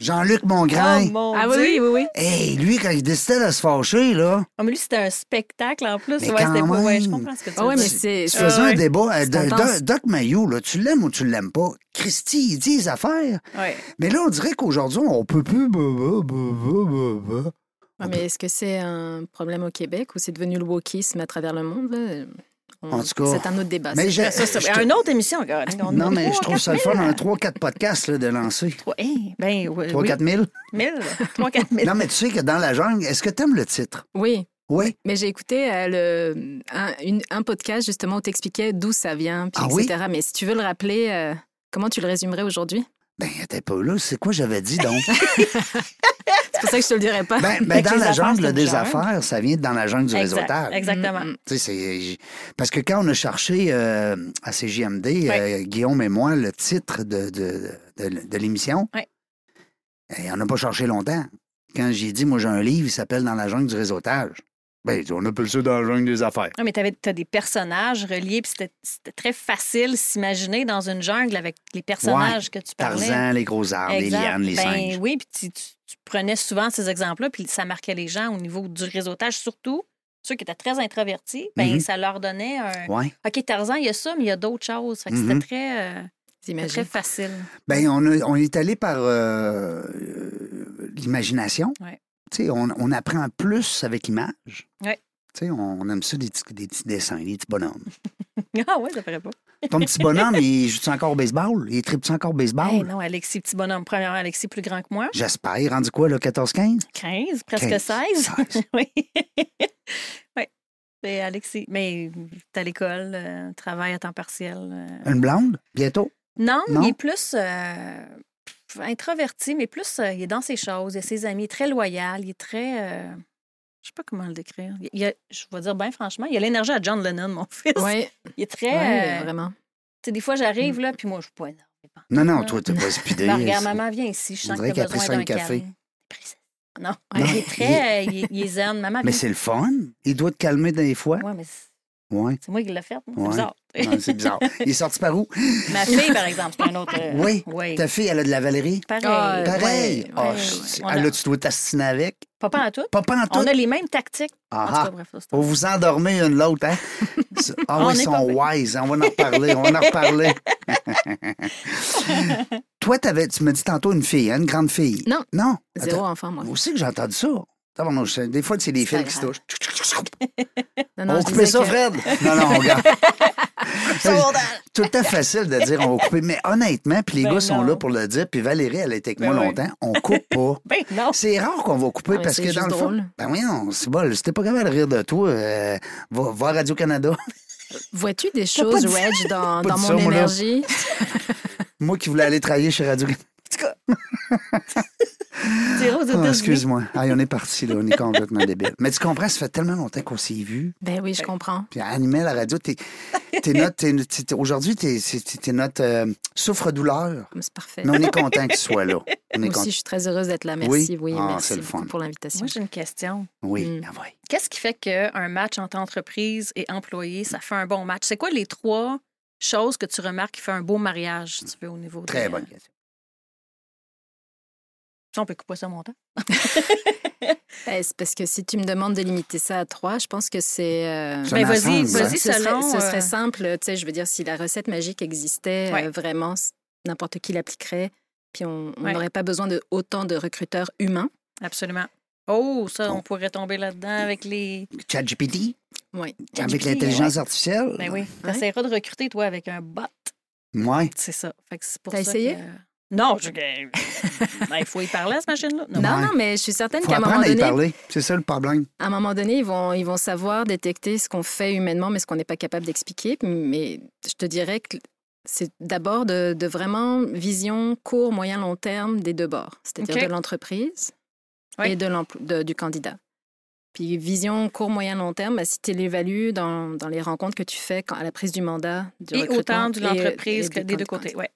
Speaker 2: Jean-Luc Mongrain.
Speaker 3: Oh mon
Speaker 4: Ah oui,
Speaker 3: Dieu.
Speaker 4: oui, oui, oui.
Speaker 2: Hey, lui, quand il décidait de se fâcher, là,
Speaker 3: Ah, mais lui, c'était un spectacle en plus.
Speaker 2: Mais
Speaker 3: Ouais,
Speaker 2: quand
Speaker 3: c'était pas- ouais, je
Speaker 2: même.
Speaker 3: comprends ce que tu
Speaker 4: Ah
Speaker 3: veux
Speaker 4: ouais, mais
Speaker 3: dire.
Speaker 4: c'est.
Speaker 2: tu
Speaker 3: Ah
Speaker 2: faisais un
Speaker 3: ouais.
Speaker 2: débat. euh,
Speaker 4: C'est
Speaker 2: de- de-
Speaker 4: intense.
Speaker 2: Doc Mayou, là, tu l'aimes ou tu l'aimes pas? Christy, il dit les affaires.
Speaker 3: Ouais.
Speaker 2: Mais là, on dirait qu'aujourd'hui, on peut plus. bah, bah, bah, bah, bah, bah.
Speaker 4: Ouais, Ah, mais est-ce que c'est un problème au Québec ou c'est devenu le wokisme à travers le monde là? On-
Speaker 2: En tout cas,
Speaker 4: C'est un autre débat.
Speaker 2: Mais
Speaker 4: ça.
Speaker 2: je-
Speaker 3: Ah, Ça, ça-
Speaker 2: je te-
Speaker 3: Une autre émission, regarde. On en a
Speaker 2: Non, mais
Speaker 3: trois,
Speaker 2: je trouve
Speaker 3: quatre
Speaker 2: ça le fun, hein.
Speaker 3: mille,
Speaker 2: un
Speaker 3: là.
Speaker 2: 3-4 podcasts là, de lancer.
Speaker 3: Trois- eh, (laughs) ben, oui,
Speaker 2: 3-4 000.
Speaker 3: 1000. 3 4 000.
Speaker 2: Non, mais tu sais que dans la jungle, est-ce que t'aimes le titre?
Speaker 4: Oui,
Speaker 2: Oui.
Speaker 4: mais j'ai écouté euh, le, un, une- un podcast justement où t'expliquais d'où ça vient, puis
Speaker 2: Ah oui?
Speaker 4: etc. Mais si tu veux le rappeler, euh, Comment tu le résumerais aujourd'hui?
Speaker 2: Ben, t'es pas là, c'est quoi j'avais dit
Speaker 3: (laughs)
Speaker 2: donc?
Speaker 4: C'est pour ça que je te le dirais pas. (laughs)
Speaker 2: Ben, ben,
Speaker 3: Fait que
Speaker 2: dans
Speaker 3: les
Speaker 2: la
Speaker 3: affaires, c'est
Speaker 2: jungle
Speaker 3: une
Speaker 2: des
Speaker 3: jungle.
Speaker 2: affaires, ça vient de dans la jungle du
Speaker 3: Exact,
Speaker 2: réseautage.
Speaker 3: Exactement.
Speaker 4: Mm, mm.
Speaker 2: Tu sais, c'est- j- Parce que quand on a cherché euh, à CJMD, euh, Guillaume et moi, le titre de, de, de- de l'émission,
Speaker 3: Ouais.
Speaker 2: eh, on n'a pas cherché longtemps. Quand j'ai dit, moi, j'ai un livre, il s'appelle Dans la jungle du réseautage. Ben, il dit, on appelle ça dans la jungle des affaires.
Speaker 3: Ouais, Ah, mais t'avais- t'as des personnages reliés, puis c'était- c'était très facile s'imaginer dans une jungle avec les personnages que tu parlais.
Speaker 2: Tarzan, les gros arbres,
Speaker 3: Exact.
Speaker 2: les lianes, les
Speaker 3: Ben
Speaker 2: singes.
Speaker 3: Oui, puis tu, tu- tu prenais souvent ces exemples-là, puis ça marquait les gens au niveau du réseautage, surtout ceux qui étaient très introvertis. Ben,
Speaker 2: Mhm.
Speaker 3: ça leur donnait un.
Speaker 2: Ouais.
Speaker 3: OK, Tarzan, il y a ça, mais il y a d'autres choses. Fait que
Speaker 2: Mhm.
Speaker 3: C'était très, euh, c'était
Speaker 4: T'imagines?
Speaker 3: très facile. (laughs)
Speaker 2: Ben, on, a- on est allé par euh, euh, l'imagination.
Speaker 3: Ouais.
Speaker 2: Tu sais, on, on apprend plus avec l'image.
Speaker 3: Ouais.
Speaker 2: Tu sais, on, on aime ça, des petits, des petits dessins, des petits bonhommes.
Speaker 3: Ah ouais, ça paraît pas.
Speaker 2: Ton petit bonhomme, il joue encore au baseball? Il tripe encore au baseball?
Speaker 3: Hey, non, Alexis, petit bonhomme. Premièrement, Alexis, plus grand que moi.
Speaker 2: J'espère. Il est rendu quoi, là, 14-15?
Speaker 3: 15, presque
Speaker 2: 15,
Speaker 3: 16.
Speaker 2: 16.
Speaker 3: (laughs) oui. oui. Mais Alexis, mais t'es à l'école, euh, travail à temps partiel. euh.
Speaker 2: Une blonde? Bientôt?
Speaker 3: Non,
Speaker 2: Non?
Speaker 3: il est plus euh, pff, introverti, mais plus euh, il est dans ses choses, il a ses amis, il est très loyal, il est très. euh, je sais pas comment le décrire. Il- il a- je vais dire, bien franchement, il a l'énergie à John Lennon, mon (laughs) fils.
Speaker 4: Oui,
Speaker 3: Il est très.
Speaker 4: ouais,
Speaker 3: euh,
Speaker 4: vraiment.
Speaker 3: tu sais, des fois, j'arrive là, puis moi, je suis pas énorme.
Speaker 2: Non, non, toi, t'es pas speedé.
Speaker 3: (laughs) Ben, regarde, maman, viens ici, je
Speaker 2: On
Speaker 3: sens que
Speaker 2: dirait
Speaker 3: t'as
Speaker 2: qu'elle a pris
Speaker 3: besoin d'un
Speaker 2: cinq cafés.
Speaker 3: câlin. Pris- Non,
Speaker 4: Non,
Speaker 3: il est très. euh, il, est- il est zen. Maman,
Speaker 2: Mais
Speaker 3: viens
Speaker 2: c'est le fun. Il doit te calmer des fois.
Speaker 3: Ouais, mais c'est
Speaker 2: Ouais.
Speaker 3: c'est moi qui l'ai fait. moi. C'est
Speaker 2: Ouais.
Speaker 3: bizarre.
Speaker 2: Non, c'est bizarre. Il est sorti par où?
Speaker 3: (laughs) Ma fille, par exemple, c'est un autre. euh,
Speaker 2: Oui.
Speaker 3: Oui.
Speaker 2: Ta fille, elle a de la Valérie?
Speaker 3: Pareil.
Speaker 4: Ah, euh,
Speaker 2: Pareil.
Speaker 4: ouais,
Speaker 2: Ah,
Speaker 3: ouais,
Speaker 2: je-
Speaker 3: ouais.
Speaker 2: ah, là, tu dois t'astiner avec.
Speaker 3: Pas pas en tout.
Speaker 2: Pas pas en
Speaker 3: On
Speaker 2: tout.
Speaker 3: a les mêmes tactiques. En
Speaker 2: Ah,
Speaker 3: tout cas,
Speaker 2: ah.
Speaker 3: bref, ça, c'est-
Speaker 2: Vous vous endormez une l'autre,
Speaker 3: (laughs)
Speaker 2: hein? Ah
Speaker 3: On
Speaker 2: oui,
Speaker 3: est
Speaker 2: ils
Speaker 3: pas
Speaker 2: sont
Speaker 3: bien.
Speaker 2: wise. hein? On va en reparler. On va en
Speaker 3: (laughs)
Speaker 2: reparler. Toi, t'avais- tu me dis tantôt une fille, hein, une grande fille.
Speaker 4: Non.
Speaker 2: Non.
Speaker 4: Zéro enfant, moi.
Speaker 2: Moi aussi que j'ai entendu ça. Tabarnouche, Des fois, c'est des
Speaker 4: C'est
Speaker 2: fils
Speaker 4: pas
Speaker 2: qui se
Speaker 4: grave.
Speaker 2: touchent.
Speaker 4: Non,
Speaker 2: on
Speaker 4: non,
Speaker 2: va
Speaker 4: je
Speaker 2: couper
Speaker 4: disais
Speaker 2: ça,
Speaker 4: que-
Speaker 2: Fred? Non, non, on
Speaker 4: (laughs)
Speaker 2: regarde. Tout le temps facile de dire on va couper, mais honnêtement, puis les
Speaker 3: Ben
Speaker 2: gars sont
Speaker 3: non.
Speaker 2: là pour le dire, puis Valérie, elle était avec
Speaker 3: Ben
Speaker 2: moi
Speaker 3: oui.
Speaker 2: longtemps, on coupe pas.
Speaker 3: Ben non.
Speaker 2: C'est rare qu'on va couper
Speaker 4: Ah, mais
Speaker 2: parce
Speaker 4: c'est
Speaker 2: que dans
Speaker 4: juste
Speaker 2: le fond.
Speaker 4: drôle.
Speaker 2: Ben voyons, c'est bol. Si t'es pas capable de rire de toi, euh, va, va à Radio-Canada. (laughs)
Speaker 4: Vois-tu des
Speaker 2: pas
Speaker 4: choses,
Speaker 2: dit-
Speaker 4: Reg, dans,
Speaker 2: pas
Speaker 4: dans
Speaker 2: dit
Speaker 4: mon
Speaker 2: ça, moi, là.
Speaker 4: énergie?
Speaker 2: moi qui voulais aller travailler chez Radio-Canada.
Speaker 3: Zéro aux
Speaker 2: Ah,
Speaker 3: États-Unis.
Speaker 2: Excuse-moi. Ah, on est parti, là. On est complètement débile. Mais tu comprends, ça fait tellement longtemps qu'on s'est vus.
Speaker 4: Ben oui, je comprends.
Speaker 2: Puis animer la radio, t'es,
Speaker 4: (laughs)
Speaker 2: t'es notre, t'es- t'es- t'es- aujourd'hui, t'es, c'est- t'es- t'es notre euh, souffre-douleur.
Speaker 4: Mais C'est parfait.
Speaker 2: Mais on est content que tu sois là. On est
Speaker 4: Moi aussi,
Speaker 2: content.
Speaker 4: je suis très heureuse d'être là. Merci, oui,
Speaker 2: Ah, c'est
Speaker 4: merci
Speaker 2: le fun.
Speaker 4: beaucoup pour l'invitation.
Speaker 3: Moi, j'ai une question.
Speaker 2: Oui,
Speaker 4: Mm.
Speaker 2: ah ouais.
Speaker 3: Qu'est-ce qui fait qu'un match entre entreprise et employé, ça fait un bon match? C'est quoi les trois choses que tu remarques qui fait un beau mariage, si tu veux, au niveau des-
Speaker 2: Très bonne question.
Speaker 3: Ça, on peut couper ça mon temps.
Speaker 4: Ben, c'est parce que si tu me demandes de limiter ça à trois, je pense que c'est... euh,
Speaker 2: Ça
Speaker 3: Ben, vas-y,
Speaker 2: m'assemble,
Speaker 3: vas-y,
Speaker 2: ouais.
Speaker 4: ce, serait,
Speaker 3: selon.
Speaker 4: ce serait
Speaker 3: euh,
Speaker 4: simple, tu sais, je veux dire, si la recette magique existait euh,
Speaker 3: Ouais.
Speaker 4: vraiment, c- n'importe qui l'appliquerait, puis on on
Speaker 3: Ouais.
Speaker 4: n'aurait pas besoin de autant de recruteurs humains.
Speaker 3: Absolument. Oh, ça,
Speaker 2: Bon.
Speaker 3: on pourrait tomber là-dedans avec les.
Speaker 2: ChatGPT, avec
Speaker 4: Oui.
Speaker 3: ChatGPT,
Speaker 2: l'intelligence artificielle.
Speaker 3: Ben oui,
Speaker 4: Ouais.
Speaker 3: t'essaieras de recruter, toi, avec un bot.
Speaker 2: Ouais.
Speaker 3: C'est ça. Fait que c'est pour
Speaker 4: T'as
Speaker 3: ça
Speaker 4: essayé?
Speaker 3: que- Non, je... Ben, il faut y parler à cette machine-là. Non.
Speaker 4: Non,
Speaker 2: Ouais.
Speaker 4: non, mais je suis certaine
Speaker 2: Faut
Speaker 4: qu'à un moment
Speaker 2: apprendre à y
Speaker 4: donné,
Speaker 2: parler. C'est ça le problème.
Speaker 4: à un moment donné, ils vont, ils vont savoir détecter ce qu'on fait humainement, mais ce qu'on n'est pas capable d'expliquer. Mais je te dirais que c'est d'abord de, de vraiment vision court, moyen, long terme des deux bords, c'est-à-dire
Speaker 3: Ok.
Speaker 4: de l'entreprise
Speaker 3: Oui.
Speaker 4: et de l'empl- de- du candidat. Puis vision court, moyen, long terme, bah, si tu l'évalues dans, dans les rencontres que tu fais quand- à la prise du mandat, (laughs) du
Speaker 3: Et
Speaker 4: recrutement
Speaker 3: autant de
Speaker 4: et- euh,
Speaker 3: l'entreprise
Speaker 4: et
Speaker 3: que
Speaker 4: du
Speaker 3: des deux
Speaker 4: candidat.
Speaker 3: côtés. Ouais.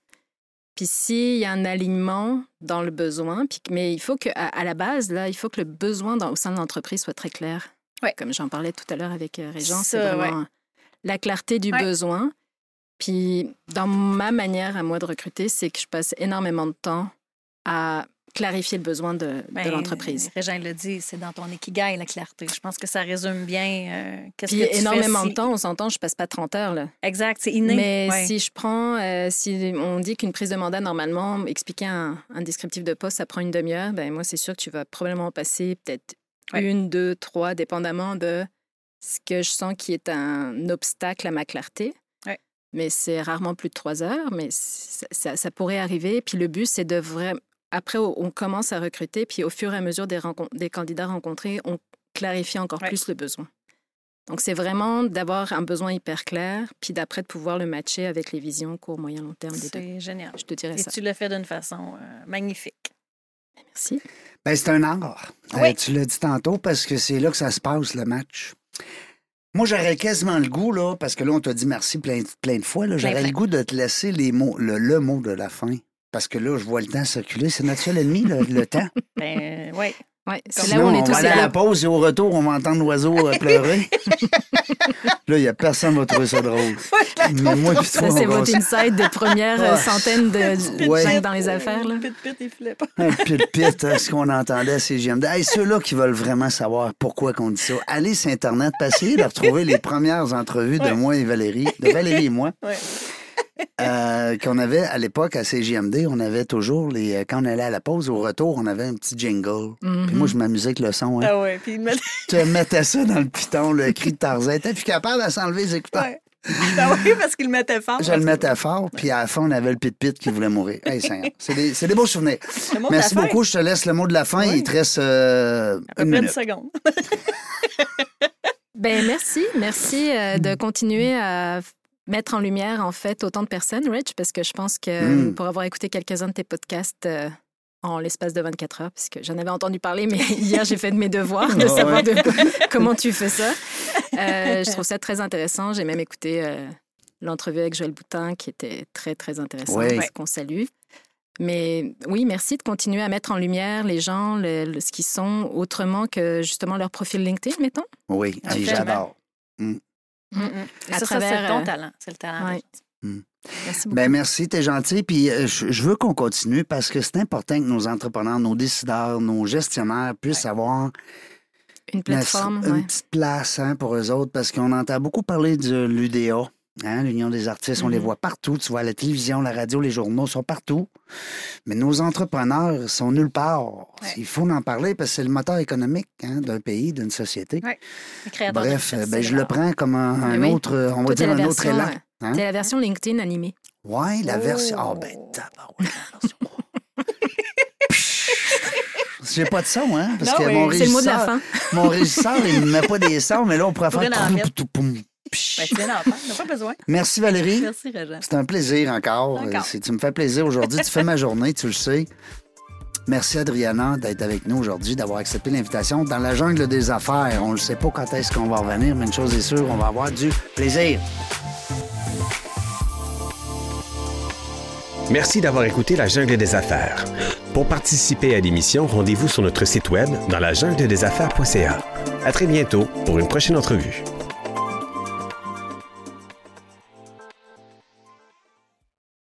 Speaker 4: Puis s'il y a un alignement dans le besoin, puis que- mais il faut que à, à la base, là, il faut que le besoin dans- au sein de l'entreprise soit très clair.
Speaker 3: Ouais.
Speaker 4: Comme j'en parlais tout à l'heure avec euh, Régent, c'est
Speaker 3: Ça,
Speaker 4: vraiment la clarté du
Speaker 3: Ouais.
Speaker 4: besoin. Puis dans ma manière à moi de recruter, c'est que je passe énormément de temps à clarifier le besoin de, de
Speaker 3: Ben,
Speaker 4: l'entreprise.
Speaker 3: Régent le dit, c'est dans ton ikigai, la clarté. Je pense que ça résume bien euh, qu'est-ce
Speaker 4: Puis
Speaker 3: que tu fais
Speaker 4: énormément
Speaker 3: si-
Speaker 4: de temps, on s'entend, je passe pas 30 heures là.
Speaker 3: Exact, c'est inné.
Speaker 4: Mais
Speaker 3: Ouais.
Speaker 4: si je prends, euh, si on dit qu'une prise de mandat, normalement, expliquer un, un descriptif de poste, ça prend une demi-heure, ben moi, c'est sûr que tu vas probablement en passer peut-être
Speaker 3: Ouais.
Speaker 4: une, deux, trois, dépendamment de ce que je sens qui est un obstacle à ma clarté.
Speaker 3: Ouais.
Speaker 4: Mais c'est rarement plus de trois heures, mais ça, ça- ça pourrait arriver. Puis le but, c'est de vraiment. Après, on on commence à recruter, puis au fur et à mesure des, rencon- des candidats rencontrés, on clarifie encore
Speaker 3: Ouais.
Speaker 4: plus le besoin. Donc, c'est vraiment d'avoir un besoin hyper clair, puis d'après de pouvoir le matcher avec les visions court, moyen, long terme Ah, des deux.
Speaker 3: C'est génial.
Speaker 4: Je te dirais
Speaker 3: Et
Speaker 4: ça.
Speaker 3: tu le fais d'une façon euh, magnifique.
Speaker 4: Merci.
Speaker 2: Ben, c'est un art. Euh,
Speaker 3: Oui.
Speaker 2: tu l'as dit tantôt parce que c'est là que ça se passe, le match. Moi, j'aurais quasiment le goût, là, parce que là, on t'a dit merci plein, plein de fois. là, J'aurais
Speaker 3: plein.
Speaker 2: le goût de te laisser les mots, le, le mot de la fin. Parce que là, je vois le temps circuler. C'est notre seul ennemi, le,
Speaker 4: (laughs)
Speaker 2: le temps.
Speaker 3: Ben, oui.
Speaker 4: Ouais, c'est là
Speaker 2: Sinon,
Speaker 4: où on
Speaker 2: on
Speaker 4: est tous
Speaker 2: va aller à la
Speaker 4: là.
Speaker 2: pause et au retour, on va entendre l'oiseau euh,
Speaker 4: (laughs)
Speaker 2: pleurer. là, il n'y a personne qui va trouver ça drôle. Mais moi, puis toi,
Speaker 4: Ça, c'est
Speaker 2: on va (laughs)
Speaker 4: votre insight de première euh,
Speaker 2: Ouais.
Speaker 4: centaine de
Speaker 2: Ouais.
Speaker 4: cinq dans les affaires. Là.
Speaker 3: Pit, pit, il filait pas.
Speaker 2: Un pit-pit, hein, ce qu'on entendait à CGMD. Hey, Ceux-là qui veulent vraiment savoir pourquoi qu'on dit ça, allez sur Internet, puis essayez de retrouver les premières entrevues de moi et Valérie,
Speaker 4: (laughs)
Speaker 2: de Valérie et moi,
Speaker 3: Ouais.
Speaker 2: euh, qu'on avait à l'époque à CGMD. On avait toujours, les, euh, quand on allait à la pause, au retour, on avait un petit jingle.
Speaker 4: Mm-hmm.
Speaker 2: Puis moi, je m'amusais avec le son. hein.
Speaker 3: Ah ouais, puis
Speaker 2: (laughs)
Speaker 3: il me
Speaker 2: Tu mettais ça dans le piton, le cri de Tarzan. T'es plus capable de s'enlever les écouteurs.
Speaker 3: Ouais. Ah oui, parce qu'il le mettait fort.
Speaker 2: Je le mettais fort, puis à la fin, on avait le pit-pit qui voulait mourir. Hey,
Speaker 3: (laughs)
Speaker 2: Seigneur, c'est des, c'est des beaux souvenirs.
Speaker 3: Le mot de
Speaker 2: Merci
Speaker 3: la fin.
Speaker 2: beaucoup. Je te laisse le mot de la fin.
Speaker 3: Oui.
Speaker 2: Il te reste euh,
Speaker 3: À
Speaker 2: une
Speaker 3: peu près une
Speaker 2: minute.
Speaker 3: seconde.
Speaker 4: Ben, merci. Merci euh,
Speaker 2: Mm.
Speaker 4: de continuer à f- mettre en lumière, en fait, autant de personnes, Rich, parce que je pense que
Speaker 2: Mm.
Speaker 4: euh, pour avoir écouté quelques-uns de tes podcasts euh, en l'espace de 24 heures, parce que j'en avais entendu parler, mais (laughs) hier, j'ai fait de mes devoirs de
Speaker 2: Ah
Speaker 4: savoir
Speaker 2: ouais. (laughs)
Speaker 4: de quoi- comment tu fais ça. Euh, je trouve ça très intéressant. J'ai même écouté euh, l'entrevue avec Joël Boutin, qui était très, très intéressante,
Speaker 2: Ouais.
Speaker 4: qu'on salue. Mais oui, merci de continuer à mettre en lumière les gens, le- le- ce qu'ils sont, autrement que justement leur profil LinkedIn, mettons.
Speaker 2: Oui, hey,
Speaker 3: Absolument.
Speaker 2: j'adore.
Speaker 3: Et
Speaker 4: Mm, À
Speaker 3: ça, ça,
Speaker 4: travers,
Speaker 3: c'est ton
Speaker 4: euh,
Speaker 3: talent. C'est le talent.
Speaker 4: ouais.
Speaker 3: d'agence.
Speaker 4: Merci beaucoup.
Speaker 2: Ben merci, t'es gentil. Puis euh, je je veux qu'on continue parce que c'est important que nos entrepreneurs, nos décideurs, nos gestionnaires puissent avoir
Speaker 4: Une
Speaker 2: la-
Speaker 4: plateforme,
Speaker 2: une
Speaker 4: ouais.
Speaker 2: petite place hein, pour eux autres parce qu'on entend beaucoup parler de l'UDA, hein, l'Union des artistes. On les
Speaker 4: Mhm.
Speaker 2: voit partout. Tu vois, la télévision, la radio, les journaux sont partout. Mais nos entrepreneurs sont nulle part. Il faut en parler parce que c'est le moteur économique hein, d'un pays, d'une société.
Speaker 3: Ouais. Les créateurs
Speaker 2: Bref,
Speaker 3: d'artistes,
Speaker 2: ben,
Speaker 3: c'est
Speaker 2: je le
Speaker 3: leur-
Speaker 2: prends comme un, un
Speaker 4: Mais oui.
Speaker 2: autre, euh, on va
Speaker 4: Toi, t'as
Speaker 2: dire
Speaker 4: la
Speaker 2: un autre
Speaker 4: version,
Speaker 2: élan.
Speaker 4: euh,
Speaker 2: hein?
Speaker 4: t'as la version LinkedIn animée.
Speaker 2: Ouais, la version. Ah,
Speaker 3: Oh.
Speaker 2: ben, tabarouette, la
Speaker 4: (laughs)
Speaker 2: version. J'ai pas de son, hein? Parce
Speaker 3: Non,
Speaker 2: que
Speaker 3: oui,
Speaker 2: mon
Speaker 4: C'est le mot de la
Speaker 2: régisseur,
Speaker 4: fin.
Speaker 2: mon régisseur, il ne met pas des sons, mais là, on pourrait
Speaker 3: Faudrait
Speaker 2: faire.
Speaker 3: l'en mettre.
Speaker 2: tout, poum, psh.
Speaker 3: Ben, tu viens d'en faire. On n'a pas besoin.
Speaker 2: Merci, Valérie.
Speaker 3: Merci, Réjean.
Speaker 2: C'est un plaisir encore.
Speaker 3: Encore.
Speaker 2: Euh, c'est- Tu me fais plaisir aujourd'hui. tu fais ma journée, tu le sais. Merci, Adriana, d'être avec nous aujourd'hui, d'avoir accepté l'invitation dans la jungle des affaires. On ne sait pas quand est-ce qu'on va revenir, mais une chose est sûre, on va avoir du plaisir.
Speaker 1: Merci d'avoir écouté La Jungle des Affaires. Pour participer à l'émission, rendez-vous sur notre site web dans la jungle des affaires.ca. À très bientôt pour une prochaine entrevue.